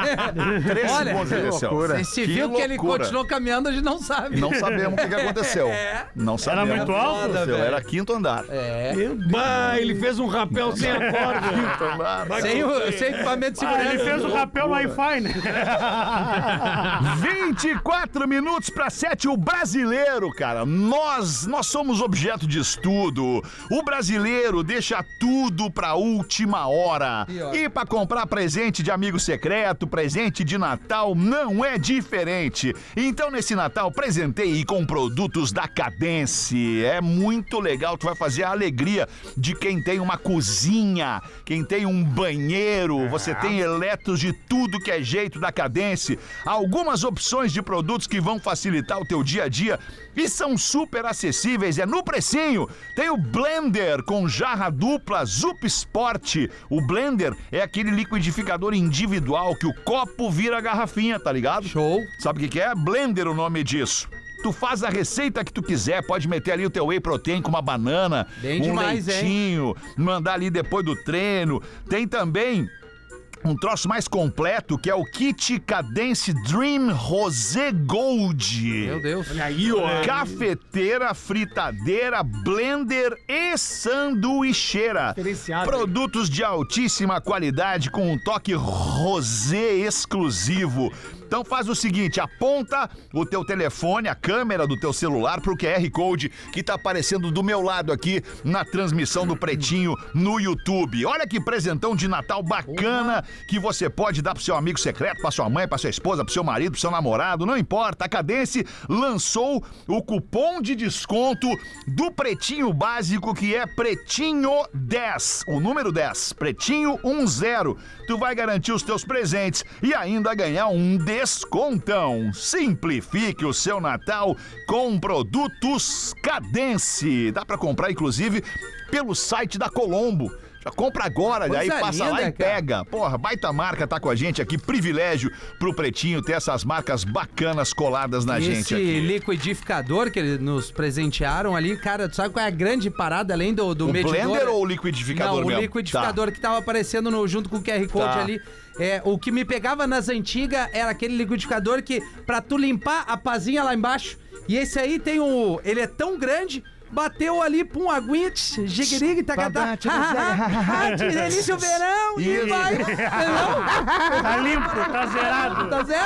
3
Olha,
segundos ele
que
desceu.
loucura. Se viu que, ele
loucura.
continuou caminhando, a gente não sabe.
Não sabemos o que, que aconteceu.
É.
Não sabemos.
muito
o que
alto?
aconteceu.
Foda, velho.
Era quinto andar.
É.
Bah, ele fez um rapel sem a corda.
Quinto andar.
Sem, o, sem equipamento de
Ah,
segurança.
ele fez o rapel no Wi-Fi, né?
24 minutos para 7, o brasileiro, cara. Nós, nós somos objeto de estudo. O brasileiro deixa tudo pra última hora.
Pior.
E pra comprar presente de amigo secreto, presente de Natal, não é diferente. Então nesse Natal presentei com produtos da Cadence. É muito legal, tu vai fazer a alegria de quem tem uma cozinha, quem tem um banheiro, você tem eletros de tudo que é jeito da Cadence. Algumas opções de produtos que vão facilitar o teu dia a dia e são super acessíveis, é no precinho. Tem o blender com jarra dupla Zup Sport. O blender é aquele liquidificador individual que o copo vira garrafinha, tá ligado?
Show.
Sabe o que que é? Blender o nome disso. Tu faz a receita que tu quiser, pode meter ali o teu whey protein com uma banana,
Bem
um
demais, hein?
leitinho, mandar ali depois do treino. Tem também um troço mais completo que é o kit Cadence Dream Rosé Gold.
Meu Deus.
Cafeteira, fritadeira, blender e sanduicheira.
Diferenciado.
Produtos de altíssima qualidade com um toque rosé exclusivo. Então faz o seguinte, aponta o teu telefone, a câmera do teu celular pro QR Code que tá aparecendo do meu lado aqui na transmissão do Pretinho no YouTube. Olha que presentão de Natal bacana que você pode dar pro seu amigo secreto, pra sua mãe, pra sua esposa, pro seu marido, pro seu namorado, não importa. A Cadence lançou o cupom de desconto do Pretinho Básico, que é Pretinho 10, o número 10, Pretinho 10. Tu vai garantir os teus presentes e ainda ganhar um descontão. Simplifique o seu Natal com produtos Cadence. Dá pra comprar, inclusive, pelo site da Colombo. Já compra agora,
Coisa
aí passa lá
linda,
e
cara.
pega pega. Porra, baita marca tá com a gente aqui. Privilégio pro Pretinho ter essas marcas bacanas coladas na
E
gente
Esse
aqui.
liquidificador que eles nos presentearam ali, cara, tu sabe qual é a grande parada além do, do
O
medidor?
blender ou o liquidificador
Não,
mesmo?
o liquidificador que tava aparecendo no- junto com o QR Code
Tá.
ali. É, o que me pegava nas antigas era aquele liquidificador que, pra tu limpar a pazinha lá embaixo, e esse aí tem o. Ele é tão grande. Bateu ali, pum, aguinha, tch, jiguirigue, tacatá. Ah, que delícia o verão, e
Isso.
vai. Não,
Tá limpo, tá zerado.
tá zero.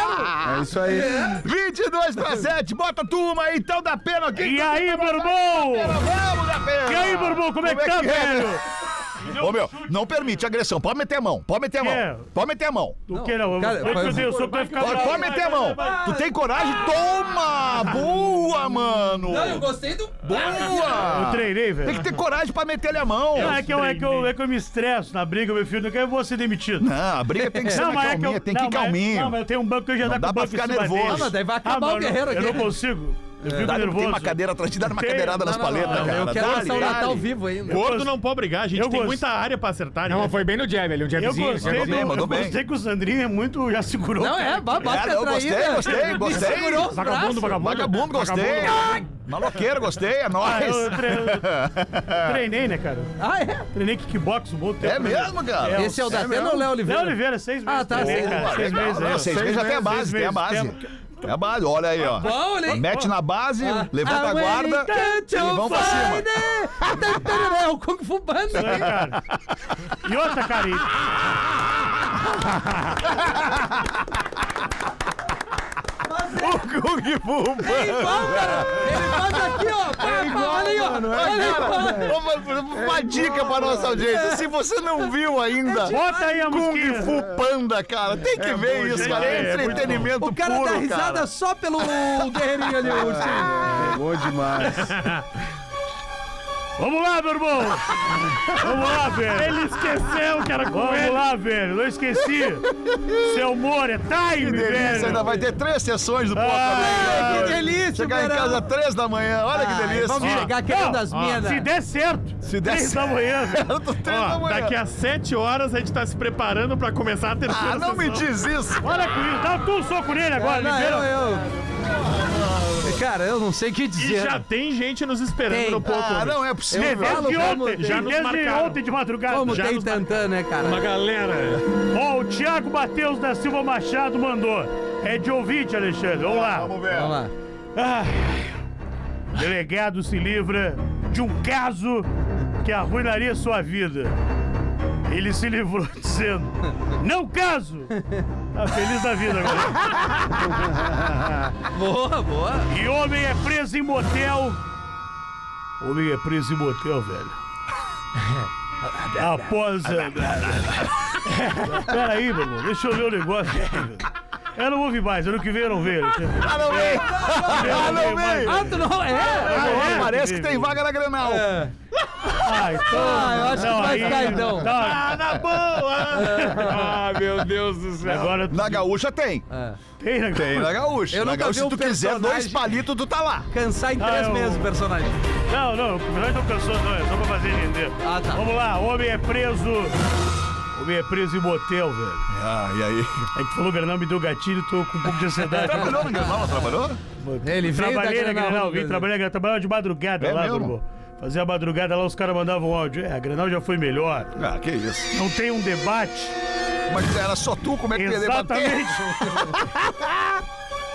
É isso aí.
22 pra 7, bota a turma aí, então dá pena aqui.
E aí, Bourbon?
Vamos, dá pena.
E aí, Bourbon, como é que tá, velho?
Ô meu, não permite agressão. Pode meter a mão, pode meter a
É.
mão. Pode meter a mão.
O que não?
cara,
Vai
faz- um
te eu sou que vai ficar
Pode,
bravo.
pode meter a
Vai,
mão.
vai, vai.
Tu tem coragem? Toma! Boa, mano!
gostei do.
Boa!
Eu treinei, velho.
Tem que ter coragem pra meter-lhe a mão.
Não, é que, eu, é, que eu, é que eu me estresso na briga, meu filho, não quer eu vou ser demitido.
Não, Ah, a briga tem que ser na calminha, tem que ir
não, mas- é-
calminho.
Não, mas eu tenho um banco que eu já
Não
dá
dá
com o
pra
banco em
ficar
cima
nervoso.
dele.
Ah, mas daí vai acabar
não,
o guerreiro então.
eu,
aqui.
Eu não consigo. Eu fico
Dá-lhe-
nervoso.
Tá Tem uma cadeira atrás, te dá uma
Tem.
cadeirada nas
Não, não,
paletas,
não,
cara.
eu quero
Dá-lhe,
lançar o
dá-lhe.
Natal vivo ainda.
Gordo
gosto-
não pode brigar, a gente
eu
tem
gosto.
muita área pra acertar.
Não,
né?
mas foi bem no jab ali, um
Eu
jabzinho.
gostei,
jabzinho.
bem,
do,
mandou
eu
bem.
gostei que o Sandrinho é muito, já segurou.
Não, é, bate
É, não, gostei, gostei, gostei.
Segurou os
Vagabundo,
braços.
vagabundo.
Tá Vagabundo, gostei. Maloqueiro, gostei, é
né? Ah,
nóis.
eu, tre- eu treinei, né, cara?
Ah, é?
Treinei kickbox um bom tempo.
É mesmo, cara?
É,
Esse é o
da
da Atena ou o Léo Oliveira?
Léo Oliveira, seis meses.
Ah, tá,
treinei,
seis
cara,
Pô,
seis
legal.
meses.
Não,
é.
Seis meses já tem a base, tem a base. É a base, olha aí, ó.
bom, olha aí.
Mete na base,
Ah,
levanta a
I'm
guarda
waiting
e
to
vão pra
find
cima.
it. É o Kung Fu Panda.
É, cara. E outra, cara, e-
É igual, cara. Ele faz aqui,
É
ó. Pá, pá, olha aí, ó. Olha aí, ó.
Uma, uma dica pra nossa audiência. Se você não viu ainda.
Bota aí a
Kung
musiquinha.
Fu Panda, cara. Tem que ver isso, cara. É, entretenimento
O cara
puro,
dá risada
cara.
só pelo guerreirinho ali, o ursinho.
Bom demais.
Vamos lá, meu irmão! Vamos lá, velho!
Ele esqueceu que era com
Vamos
ele.
lá, velho! Não esqueci! Seu humor é time,
Que
assim,
delícia,
velho!
ainda vai ter três sessões do Porto
Ah,
Alegre.
que delícia,
Chegar em
Barão.
casa três da manhã, olha que
Ai,
delícia.
vamos chegar querendo as minas. se der certo.
Se der
Três da manhã, velho.
Eu tô três
Ó,
da manhã.
daqui a 7 horas a gente tá se preparando pra começar a terceira
Ah, não me
sessão.
diz isso.
Olha com isso, dá tu um soco nele agora,
É, não,
libera.
eu, eu- Cara, eu não sei o que
E
dizer.
já tem gente nos esperando
Tem.
no ponto.
Ah, não é possível.
Eu falo
Desde
como-
ontem,
já nos
desde
marcaram.
ontem de madrugada.
Como
já
tem
nos-
tantã, né, cara?
Uma galera.
Ó, o Thiago Matheus da Silva Machado mandou. É de ouvinte, Alexandre. Vamos lá.
Vamos ver.
Vamos lá.
Ah, delegado se livra de um caso que arruinaria sua vida. Ele se livrou dizendo: Não caso! Tá feliz da vida agora.
Boa, boa.
E homem é preso em motel. Homem é preso em motel, velho. Após. a- Peraí, meu irmão, deixa eu ver o negócio. aqui, velho. Eu não ouvi mais, ano que vem eu não vejo.
Ah, não vem. Ah, não vem.
Ah, tu não. É?
é,
Parece que tem vaga na Grenal.
Ah, então.
Ah, eu acho que
não,
vai
aí-
ficar, então.
Tá,
na boa! ah, meu Deus do céu.
agora
Na Gaúcha tem.
tem, né?
Tem na Gaúcha.
Eu
na
nunca
Gaúcha,
vi
se tu
um
quiser dois
personagem-
palitos, tu tá lá.
Cansar em três
eu-
meses o personagem.
Não, não, nós não cansou, não, é só pra fazer entender.
Ah, tá.
Vamos lá, homem é preso. Homem é preso em motel, velho.
Ah, e aí?
É que tu falou, Bernal, me deu gatilho, tô com um pouco de ansiedade.
Trabalhou no Grenal? não Trabalhou?
Ele veio da
Trabalhei na
Grenal,
Grenal, vim
Brasil.
trabalhar, eu trabalhava de madrugada
É
lá,
mesmo?
Turbo. Fazia a madrugada lá, os caras mandavam áudio. É, a Grenal já foi melhor.
Ah, que isso.
Não tem um debate.
Mas era só tu, como é que tu ia debater?
Exatamente.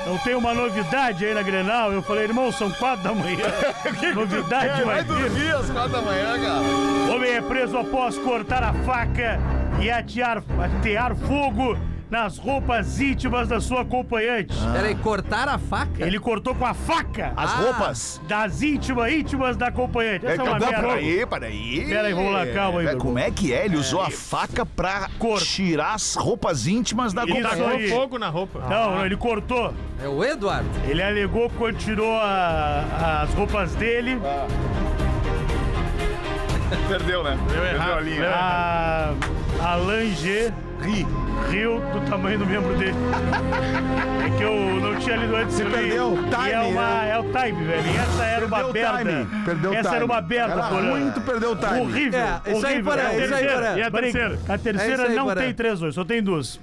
Não tem uma novidade aí na Grenal. Eu falei, irmão, são quatro da manhã. novidade é,
Vai
vai vir.
dormir às quatro da manhã, cara.
Homem é preso após cortar a faca e atear, atear fogo nas roupas íntimas da sua acompanhante.
Peraí, cortaram a faca?
Ele cortou com a faca
As
Ah.
roupas.
das íntimas, íntimas da acompanhante. Essa é,
não,
uma merda.
peraí, peraí.
Peraí, vamos lá, calma aí,
É,
meu
Como é que é? Ele usou a faca pra
Cor-
tirar as roupas íntimas da
Isso
companhia.
Tacou
aí. Tá
fogo na roupa.
Não, não, ele cortou.
É o Eduardo.
Ele alegou que quando tirou a- as roupas dele,
Perdeu, né?
Deu errado.
a, a Lange ri, riu do tamanho do membro dele. É que eu não tinha lido antes. Se
perdeu,
E
time, né?
é, uma, é o time, velho. E essa era uma
Perdeu o
aberta.
time, perdeu o
essa era
time.
uma aberta,
Era
Porã.
ruim, tu perdeu o time.
Horrível.
É, isso aí,
horrível.
Porã,
É a
isso aí,
terceira.
Porã.
E a terceira? A terceira
É isso aí,
não
Porã.
tem três hoje, só tem duas.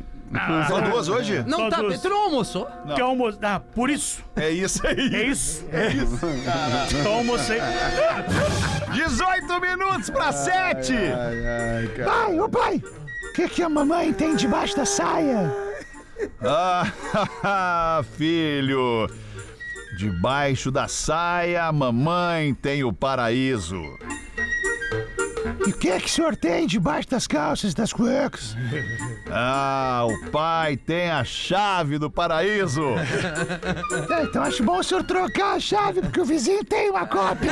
São duas hoje?
Não
Só
tá.
duas.
Tu não almoçou?
Que almoço. Ah, por isso.
É isso aí.
É isso. É isso. Então almocei.
18 minutos pra 7.
Ai, ai, cara.
Pai, ô pai! O que, que a mamãe tem debaixo da saia? Ah, filho! Debaixo da saia, a mamãe tem o paraíso. E o que, que o senhor tem debaixo das calças das cuecas? Ah, o pai tem a chave do paraíso. então acho bom o senhor trocar a chave, porque o vizinho tem uma cópia.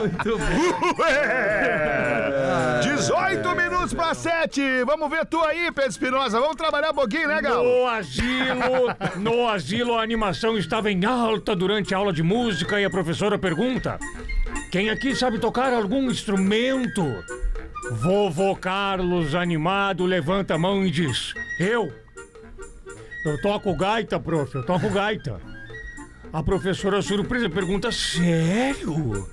Muito bom.
É. 18 minutos pra 7. Vamos ver tu aí, Pedro Espinosa. Vamos trabalhar um pouquinho, né, Galo?
No asilo, no asilo a animação estava em alta durante a aula de música e a professora pergunta: Quem aqui sabe tocar algum instrumento? Vovô Carlos, animado, levanta a mão e diz: Eu. Eu toco gaita, prof, eu toco gaita. A professora surpresa pergunta: Sério?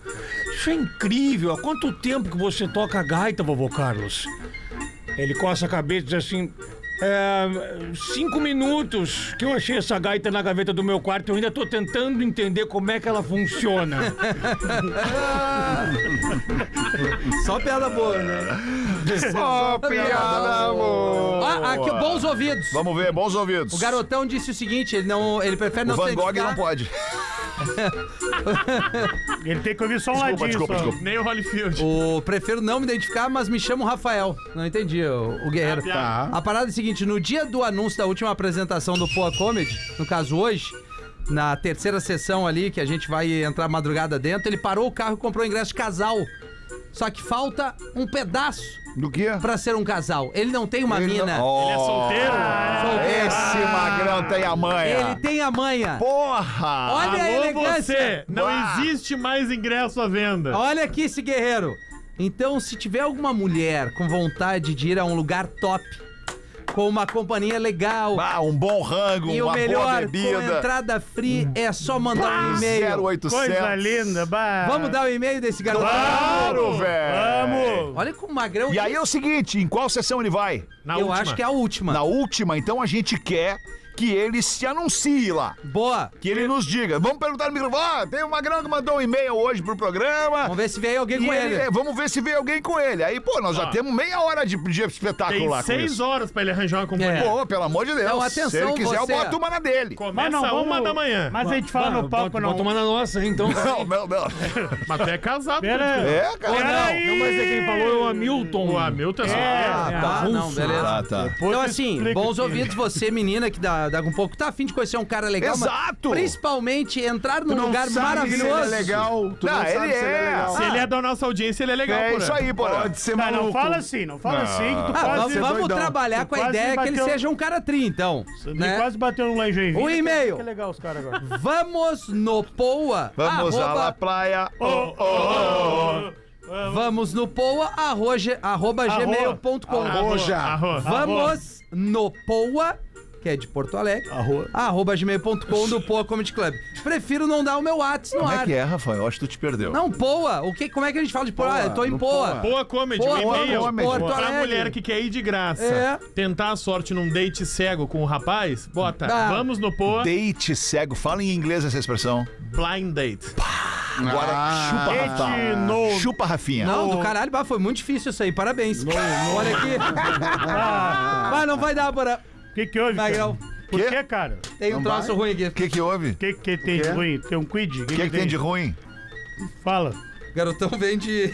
Isso é incrível. Há quanto tempo que você toca gaita, vovô Carlos? Ele coça a cabeça e diz assim: "É, cinco minutos que eu achei essa gaita na gaveta do meu quarto. Eu ainda tô tentando entender como é que ela funciona.
Só piada boa, né?
Só piada, amor.
Ah, aqui, bons ouvidos.
Vamos ver, bons ouvidos.
O garotão disse o seguinte, ele não, ele prefere
O
não
Van
se
Gogh
identificar.
não pode.
Ele tem que ouvir só um
Desculpa,
ladinho.
desculpa,
só.
desculpa.
Nem o Holyfield.
O prefiro não me identificar, mas me chamo Rafael. Não entendi, o, o guerreiro.
piada.
A parada é a seguinte, no dia do anúncio da última apresentação do Poa Comedy, no caso hoje, na terceira sessão ali, que a gente vai entrar madrugada dentro, ele parou o carro e comprou o ingresso de casal. Só que falta um pedaço
Do que?
pra ser um casal. Ele não tem uma mina.
Ele é solteiro.
Oh,
Ah,
né?
Esse magrão tem a
Ele
manha.
tem a manha.
Porra!
Olha a
Alô,
elegância.
você! Não
Ah.
existe mais ingresso à venda.
Olha aqui esse guerreiro. Então, se tiver alguma mulher com vontade de ir a um lugar top, com uma companhia legal
Ah, um bom rango,
e o
uma boa
melhor, com
bebida. Ah,
entrada free, é só mandar um e-mail.
0800.
Coisa linda, bah.
Vamos dar o e-mail desse garoto.
Claro, velho.
Vamos.
Olha como magrão.
E aí é o seguinte, em qual sessão ele vai?
Na
eu
última.
acho que é a última.
Na última, então a gente quer que ele se anuncie lá.
Boa.
Que ele nos diga. Vamos perguntar no microfone. Ah, tem o Magrão que mandou um e-mail hoje pro programa.
Vamos ver se veio alguém
E
com
ele-
ele.
é, vamos ver se vem alguém com ele. Aí, pô, nós
Ah.
já temos meia hora de, de espetáculo
Tem
lá com
seis
isso.
horas pra ele arranjar uma companhia.
É.
Pô, pelo amor de Deus.
Então,
se
atenção,
ele quiser, eu
você-
boto uma na dele.
Começa uma da manhã.
Mas a gente fala no palco, não.
Vou tomar na nossa, então.
Não, não, não.
Mas tu é casado.
Pera.
né?
É, cara.
Peraí.
Não, mas é quem falou é o Hamilton.
O Hamilton é, só-
Ah, tá, não, beleza.
Ah, tá.
Então,
Depois tu
assim,
explica
bons
aqui.
ouvidos, você, menina, que dá, dá um pouco, tá afim de conhecer um cara legal. mas
Exato.
principalmente entrar num
não
lugar
sabe se
maravilhoso.
ele é legal. Tu não,
Não,
sabe
ele
se ele é
é.
legal.
Se ele é da nossa audiência, ele é legal,
É
porra.
isso aí, porra.
Pode ser
Não,
maluco.
não fala assim, não fala assim que tu
Ah, vamos-
quase...
vamos
doidão.
trabalhar
Tu
com a
quase
ideia que ele
bateu-
seja um cara tri, então.
Me
né?
quase bateu um lá em Joinville.
Um e-mail.
Que legal os caras agora.
Vamos no poa.
Vamos lá
arroba-
na praia.
Vamos no poa, arroja, arroba gmail.com.
Arroja.
Arroz.
Vamos no poa, que é de Porto Alegre,
Arroz.
arroba gmail.com do Poa Comedy Club. Prefiro não dar o meu Whats no
Como é
ar.
que é, Rafael? Eu acho que tu te perdeu.
Não, poa. O que, como é que a gente fala de poa?
Poa,
Ah, eu tô em
no
poa.
Boa comedy,
Boa
um e-mail.
comedy,
Boa.
Porto
Pra
Alegre.
mulher que quer ir de graça,
É.
tentar a sorte num date cego com o rapaz, bota,
Ah.
vamos no Poa,
Date cego. Fala em inglês essa expressão.
blind date.
Agora chupa, Rafa.
no-
Chupa, Rafinha.
Não, do caralho, bah, foi muito difícil isso aí, parabéns. Olha aqui. Mas não vai dar, para
O que que houve,
Magrão.
cara? Por
Quê?
que, cara?
Tem um troço ruim aqui.
O que que houve?
O que que tem de ruim? Tem um quid? O
O que, que tem de ruim?
Fala.
Garotão vem de.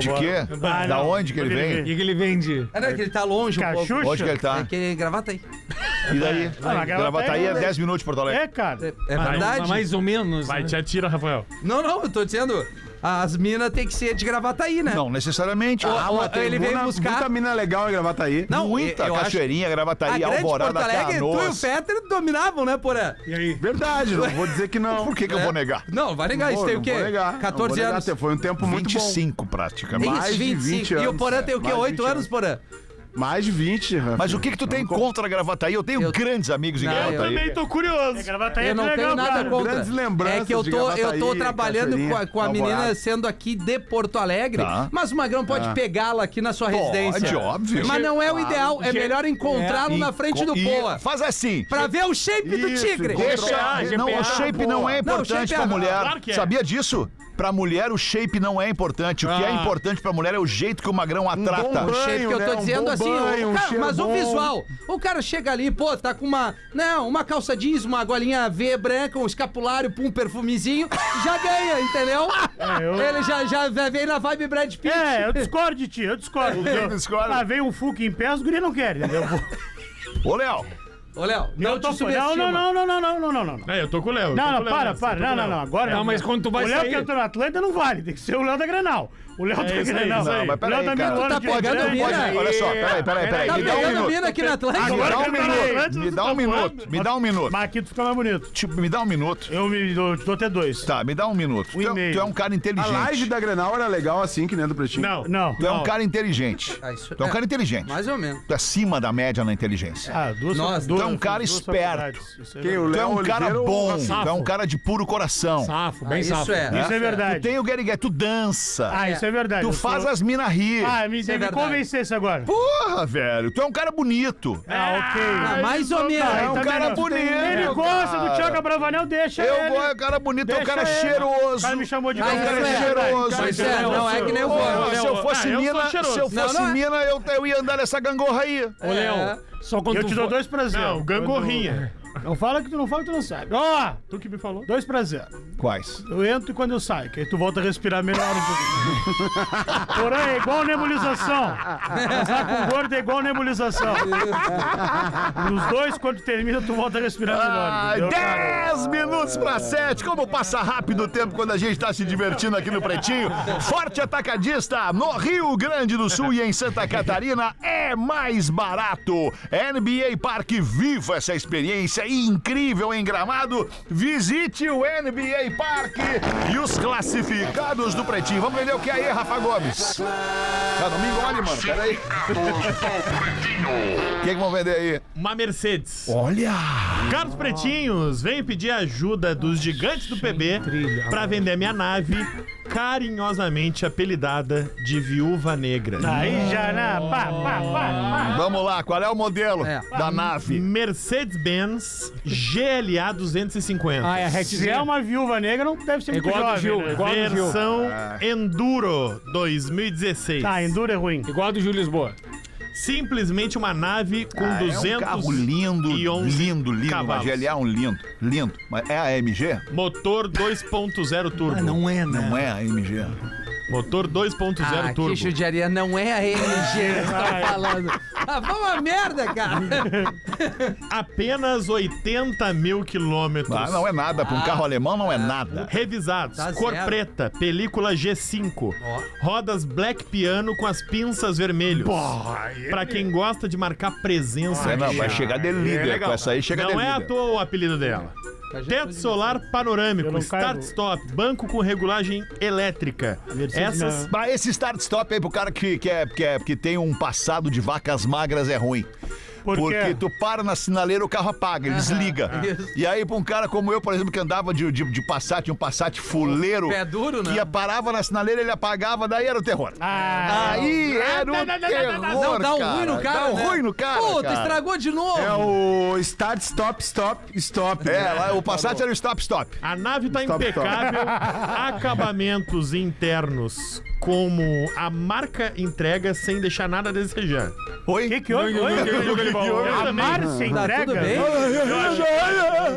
De quê?
Ah,
da
não.
onde que ele
Onde
vem?
O que, que ele vende?
Ah, não, é que ele tá longe um pouco.
Cachucha?
Onde que ele tá?
É que ele gravata aí.
E daí?
mas Gravataí
Gravataí é
não é.
10 minutos de Porto Alegre.
É, cara.
É, é verdade?
Mas mais ou menos.
Vai,
né?
te atira, Rafael.
Não, não, eu tô dizendo. As minas tem que ser de gravata aí, né?
Não, necessariamente.
Ah,
mas tem
Ele veio
muita-
buscar.
Muita mina legal em Gravataí.
Não,
Muita
eu- eu acho-
cachoeirinha,
A
Gravataí,
grande Porto
Alvorada,
Alegre, tu e o
Canoas.
Peter dominavam, né, Porã?
E aí?
Verdade, não vou dizer que não.
Por que, que eu
É.
vou negar?
Não, vai negar, isso
Pô,
tem
não
o quê?
vou negar, não
14
vou negar,
anos.
Foi um tempo muito bom.
25
Tem
praticamente.
isso,
mais de 20
E o
anos,
Porã tem o quê?
mais de
8
20
anos, Porã?
Mais de 20. Rafa.
Mas o que que tu tem contra Gravataí? Eu tenho
Eu-
grandes amigos em
Não, eu
Gravataí.
Também tô curioso.
Gravataí é
Eu não
legal,
tenho nada
cara.
contra.
Grandes lembranças
é que eu
de
tô, eu tô
Gravataí,
trabalhando com a, com a
Cachoeirinha,
menina
Alvorada.
sendo aqui de Porto Alegre,
Tá.
mas o Magrão pode pegá-la aqui na sua residência.
óbvio.
Mas não é o ideal, é melhor encontrá-lo um na frente do
E
Poa.
Faz assim.
Pra ver o shape do
Isso,
tigre.
encontra-
Deixa,
GPA,
não, o
GPA,
shape não é
Não, o shape
importante
é-
pra mulher.
claro que é.
Sabia disso? Pra mulher, o shape não é importante. O que é
Ah.
importante pra mulher é o jeito que o magrão a trata.
bom
O shape
banho,
que eu
né?
tô
Um
dizendo
bom
assim, o
banho, um
cara-
cheiro
mas o
bom.
visual. O cara chega ali, pô, tá com uma. Não, uma calça jeans, uma golinha V branca, um escapulário, pum, perfumezinho, já ganha, entendeu?
É, eu-
Ele já, já vem na vibe Brad Pitt.
É, eu discordo de ti, eu discordo. Eu-
discorda?
Ah, veio um Fuca em pé, os guri não querem, entendeu?
Ô, Léo,
Ô, Léo,
Eu
não
tô
te
falando-
subestima.
Não, não, não, não, não, não, não, não, não.
É, eu tô com o Léo. eu tô
Não,
com o
não,
Léo nessa,
para,
eu
para.
tô com
Não,
o
não,
Léo.
não. Agora
Não, mas quando tu vai
O Léo
sair-
que entrou na Atlântida não vale, tem que ser o Léo da Granal. O Léo
É
da
isso aí,
Granal.
isso aí.
Mas
O Léo
peraí,
tá me
cara.
voando
tá
de
pegando
grana.
a mina.
pode, olha só, peraí, peraí, peraí.
Tá
Me dá um
pegando a
minuto.
mina aqui na Atlântica?
Me dá um
Agora que eu tô na
minuto,
Atlântida,
me
tu
dá
tá
um minuto,
voando.
me dá um minuto.
Mas aqui tu fica mais bonito.
Tipo, me dá um minuto.
Eu me eu te dou até dois.
Tá, me dá um minuto. Tu, é-
e-mail.
tu é um cara
A live
inteligente.
da Grenal era legal assim, que nem a do Pretinho.
Não,
Não.
Tu é um cara inteligente.
Ah, isso-
Tu é um
é.
cara inteligente.
Mais ou menos.
Tu é acima da média na inteligência.
Ah, duas
Nossa,
duas-
tu é um cara
duas
esperto.
faculdades, Isso é
Quem, o
verdade.
Tu é
Léo
um cara
Oliveira ou
bom,
o
tu
Rafinha?
é um cara de puro coração.
Safo, bem
Ah,
safo.
isso é.
Isso é verdade.
Tu tem o Gary Gay, tu dança.
Ah, isso é verdade.
Tu
eu
faz assim.
sou-
as minas rir.
Ah, me,
Isso é
me
verdade.
convencesse agora.
Porra, velho. Tu é um cara bonito.
Ah, ok.
Ah, mais ou menos.
Tá,
É um
então
cara
melhor.
bonito,
Ele gosta do Thiago Abravanel, deixa
Eu
ele.
vou, é um cara bonito, é um cara
Deixa ele.
cheiroso.
O cara me chamou de
É um
gordo.
cara
Isso é
cheiroso.
Pois é,
Não,
não é que nem o
Porra,
Porã.
se eu fosse
Ah, eu sou
mina,
cheiroso.
se eu
Não,
fosse
não é.
mina, eu, eu ia andar nessa gangorra aí.
Ô, Léo, só quando
Eu
tu
te dou
for-
dois prazeres.
Não, gangorrinha.
Não fala que tu não fala que tu não sabe. Ó,
Tu que me falou.
dois pra zero.
Quais?
Eu entro e quando eu saio, que aí tu volta a respirar melhor um pouquinho. Porém, é igual nebulização. Casar com gordo é igual nebulização. Os dois, quando termina, tu volta a respirar
Ah,
melhor. entendeu?
10 minutos para 7. Como passa rápido o tempo quando a gente está se divertindo aqui no Pretinho. Forte atacadista no Rio Grande do Sul e em Santa Catarina é mais barato. NBA Parque viva essa experiência incrível em Gramado. Visite o NBA Parque e os classificados do Pretinho. Vamos vender o que é aí, Rafa Gomes? Ah, não me engole, mano. Peraí. O que, que vão vender aí?
Uma Mercedes.
Olha!
Carlos Pretinhos, venho pedir ajuda dos gigantes do PB pra vender minha nave, carinhosamente apelidada de Viúva Negra.
Aí já, né? Pá, pá, pá, pá.
Vamos lá, qual é o modelo
É.
da nave?
Mercedes-Benz GLA 250.
Ah, é a
Se é
retzão.
uma viúva negra, não deve ser muito
É Igual a do
jovem,
Gil,
né?
igual a do Gil.
Versão
Ah.
Enduro 2016.
Tá, enduro é ruim.
Igual a do Gil Lisboa.
Simplesmente uma nave com
Ah,
200
é um carro lindo, lindo, lindo. Uma
cavalos.
GLA é um lindo, lindo. Mas é a AMG?
Motor 2.0 turbo.
é, né?
Não é a AMG.
Motor 2.0
Ah,
turbo.
que judiaria, não é a MG que tá falando. Ah, vamos a merda, cara.
Apenas 80 mil quilômetros.
Ah, não é nada. Para um carro alemão, não é
Ah.
nada.
Revisados,
Tá
cor
zero.
preta, película G5, rodas black piano com as pinças vermelhas. Pra quem gosta de marcar presença.
É,
no
não,
chão.
vai chegar de líder
legal.
com essa aí, chega de
Não é à
líder.
toa o apelido dela. Teto solar
Eu
panorâmico,
não caio no-
start-stop, banco com regulagem elétrica.
Mercedes
Essas
Mas esse start-stop aí pro cara que, que, é, que, é- que tem um passado de vacas magras é ruim.
Por quê?
Porque tu para na sinaleira, o carro apaga, ele desliga.
isso.
E aí, pra um cara como eu, por exemplo, que andava de, de, de Passat, um Passat fuleiro,
Pé duro, né?
que ia- parava na sinaleira, ele apagava, daí era o terror.
Ah,
Aí era o terror,
Não, dá um ruim no cara.
Dá um
né?
ruim no cara,
Puta,
cara.
estragou de novo.
É o start, stop, stop, stop.
É, lá, o Passat era o stop-stop.
A nave tá
Stop, stop.
impecável, acabamentos internos como a marca entrega sem deixar nada a desejar.
Oi?
o que que houve? Oi? A Márcia
Tá
entrega?
tudo bem?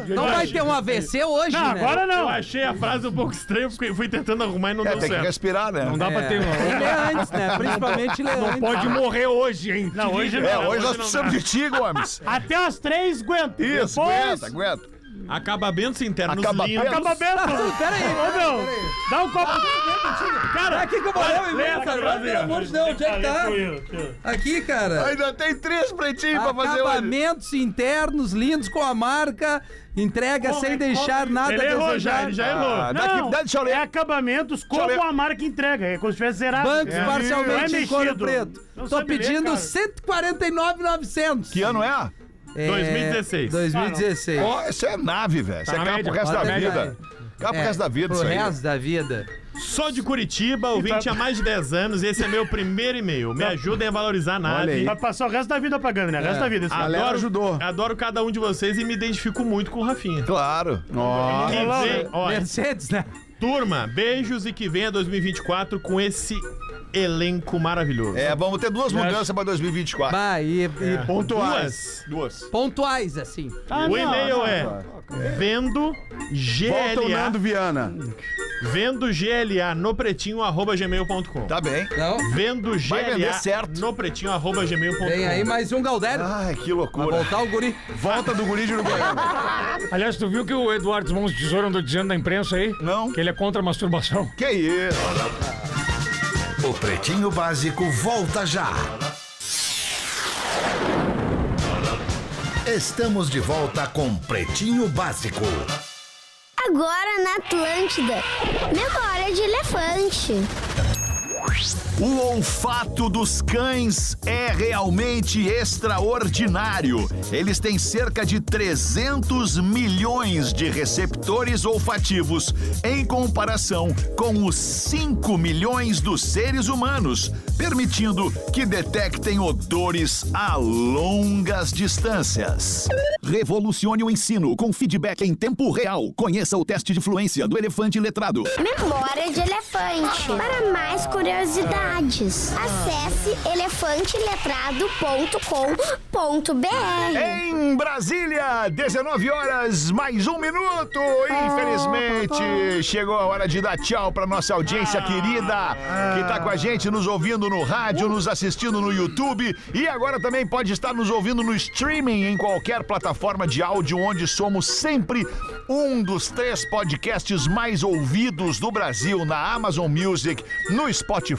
Não vai ter um AVC hoje,
Não,
né?
agora
Eu
não.
achei a frase um pouco estranha, porque fui tentando arrumar e não
É,
deu
tem que
certo.
respirar, né?
Não dá pra
É,
ter
ele é antes, né? Principalmente ele é antes.
Pode morrer hoje, hein?
Tá. Não, hoje
É,
não.
hoje nós precisamos de ti, Gomes.
Ah,
Até as três aguenta.
Isso,
Depois,
aguenta, aguenta.
Acabamentos internos
Acabamento.
lindos.
Acaba bento.
Peraí,
Ô, meu, dá um copo de bento, tira. Cara,
aqui que eu morreu em mim, cara. Pelo amor de Deus, onde é que tá? Aqui, cara.
Ainda tem três pretinhos pra fazer hoje.
Acabamentos internos lindos com a marca, entrega sem deixar nada
Ele
a
errou já,
desejar.
ele já errou.
Ah, daqui-
é Não,
dá- deixa eu
é
ler.
acabamentos como
ler.
a marca entrega. É como se tivesse zerado.
Bancos
É.
parcialmente
Não é
em couro
mexido.
preto.
Não
Tô
sabe ler,
pedindo
cara.
149,900.
Que ano é?
É,
2016.
2016.
Ó, isso é nave, velho. Isso é carro pro resto
Tá
da
na média
vida. Carro pro resto da vida,
É, pro
isso aí.
resto da vida.
Sou de Curitiba,
Tá.
ouvinte há mais de 10 anos, esse é meu primeiro e-mail. Me ajudem a valorizar a
Olha aí.
nave.
Vai passar o resto da vida pagando, né? O
É.
resto da vida. esse cara.
Galera ajudou.
Adoro cada um de vocês e me identifico muito com o Rafinha.
Claro.
Ó,
Que
Olá,
vem, ó,
Mercedes, né?
turma, beijos e que venha 2024 com esse elenco maravilhoso.
É, vamos ter duas mudanças pra 2024.
Bah, e, e
É.
pontuais.
Duas.
Duas.
pontuais, assim.
Ah,
O
não,
e-mail é vendo
Volta o
GLA,
Nando Viana.
vendo GLA no pretinho arroba gmail.com.
Tá bem.
Não?
Vendo
vender
GLA
certo.
no pretinho arroba gmail.com.
Tem aí mais um Galdério.
Ai, que
Vai
loucura.
voltar o guri.
Volta do guri de Uruguaiana.
Aliás, tu viu que o Eduardo Mons Tesouro andou dizendo na imprensa aí?
Não.
Que ele é contra a masturbação.
Que isso?
O Pretinho Básico volta já. Estamos de volta com Pretinho Básico.
Agora na Atlântida. Memória de elefante.
O olfato dos cães é realmente extraordinário. Eles têm cerca de 300 milhões de receptores olfativos, em comparação com os 5 milhões dos seres humanos, permitindo que detectem odores a longas distâncias. Revolucione o ensino com feedback em tempo real. Conheça o teste de fluência do elefante letrado.
Memória de elefante. Para mais curiosidades. unidades. Acesse elefanteletrado.com.br.
Em Brasília, 19 horas, mais um minuto. Infelizmente, chegou a hora de dar tchau pra nossa audiência querida que tá com a gente nos ouvindo no rádio, nos assistindo no YouTube e agora também pode estar nos ouvindo no streaming em qualquer plataforma de áudio onde somos sempre um dos três podcasts mais ouvidos do Brasil na Amazon Music, no Spotify,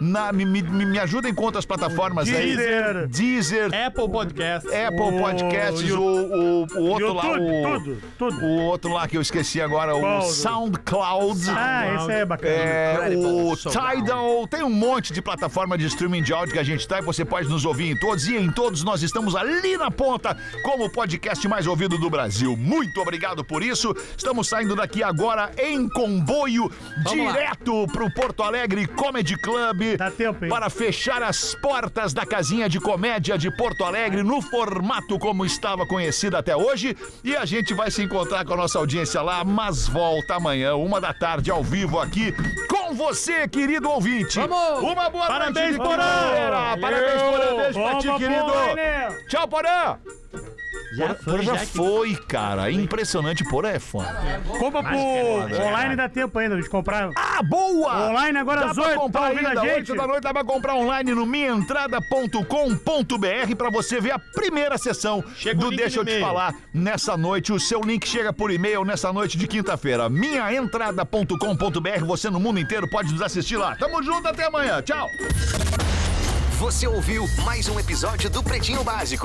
na me, me, me ajudem com outras plataformas aí.
Deezer.
Deezer,
Apple Podcast.
Apple
O
Podcasts, o,
Yu-
o, o outro lá,
YouTube,
o,
tudo, tudo.
o outro lá que eu esqueci agora, o
Qual?
SoundCloud.
Ah, esse aí é bacana.
É, o Tidal, tem um monte de plataforma de streaming de áudio que a gente tá e você pode nos ouvir em todos e em todos nós estamos ali na ponta como o podcast mais ouvido do Brasil. Muito obrigado por isso. Estamos saindo daqui agora em comboio direto pro Porto Alegre Comedy Club.
Dá tempo, hein?
Para fechar as portas da casinha de comédia de Porto Alegre no formato como estava conhecida até hoje. E a gente vai se encontrar com a nossa audiência lá, mas volta amanhã, uma da tarde, ao vivo aqui, com você, querido ouvinte.
Vamos!
Uma boa
Parabéns,
noite. de
Porã!
quinta-feira. Parabéns, Porã! Beijo pra ti,
Toma,
querido!
Porã, né?
Tchau, Porã!
Já
Porã já foi, cara. Impressionante, Porã é fã.
Compra pro
é
online dá tempo ainda de comprar.
Ah, boa!
Online agora
Dá
às
pra
oito,
comprar
tá ouvindo
ainda,
a gente?
8 da noite, dá pra comprar online no minhaentrada.com.br pra você ver a primeira sessão
Chega o
do
link
Deixa
no
Eu Te
e-mail.
Falar nessa noite. O seu link chega por e-mail nessa noite de quinta-feira. minhaentrada.com.br. Você no mundo inteiro pode nos assistir lá. Tamo junto, até amanhã. Tchau!
Você ouviu mais um episódio do Pretinho Básico.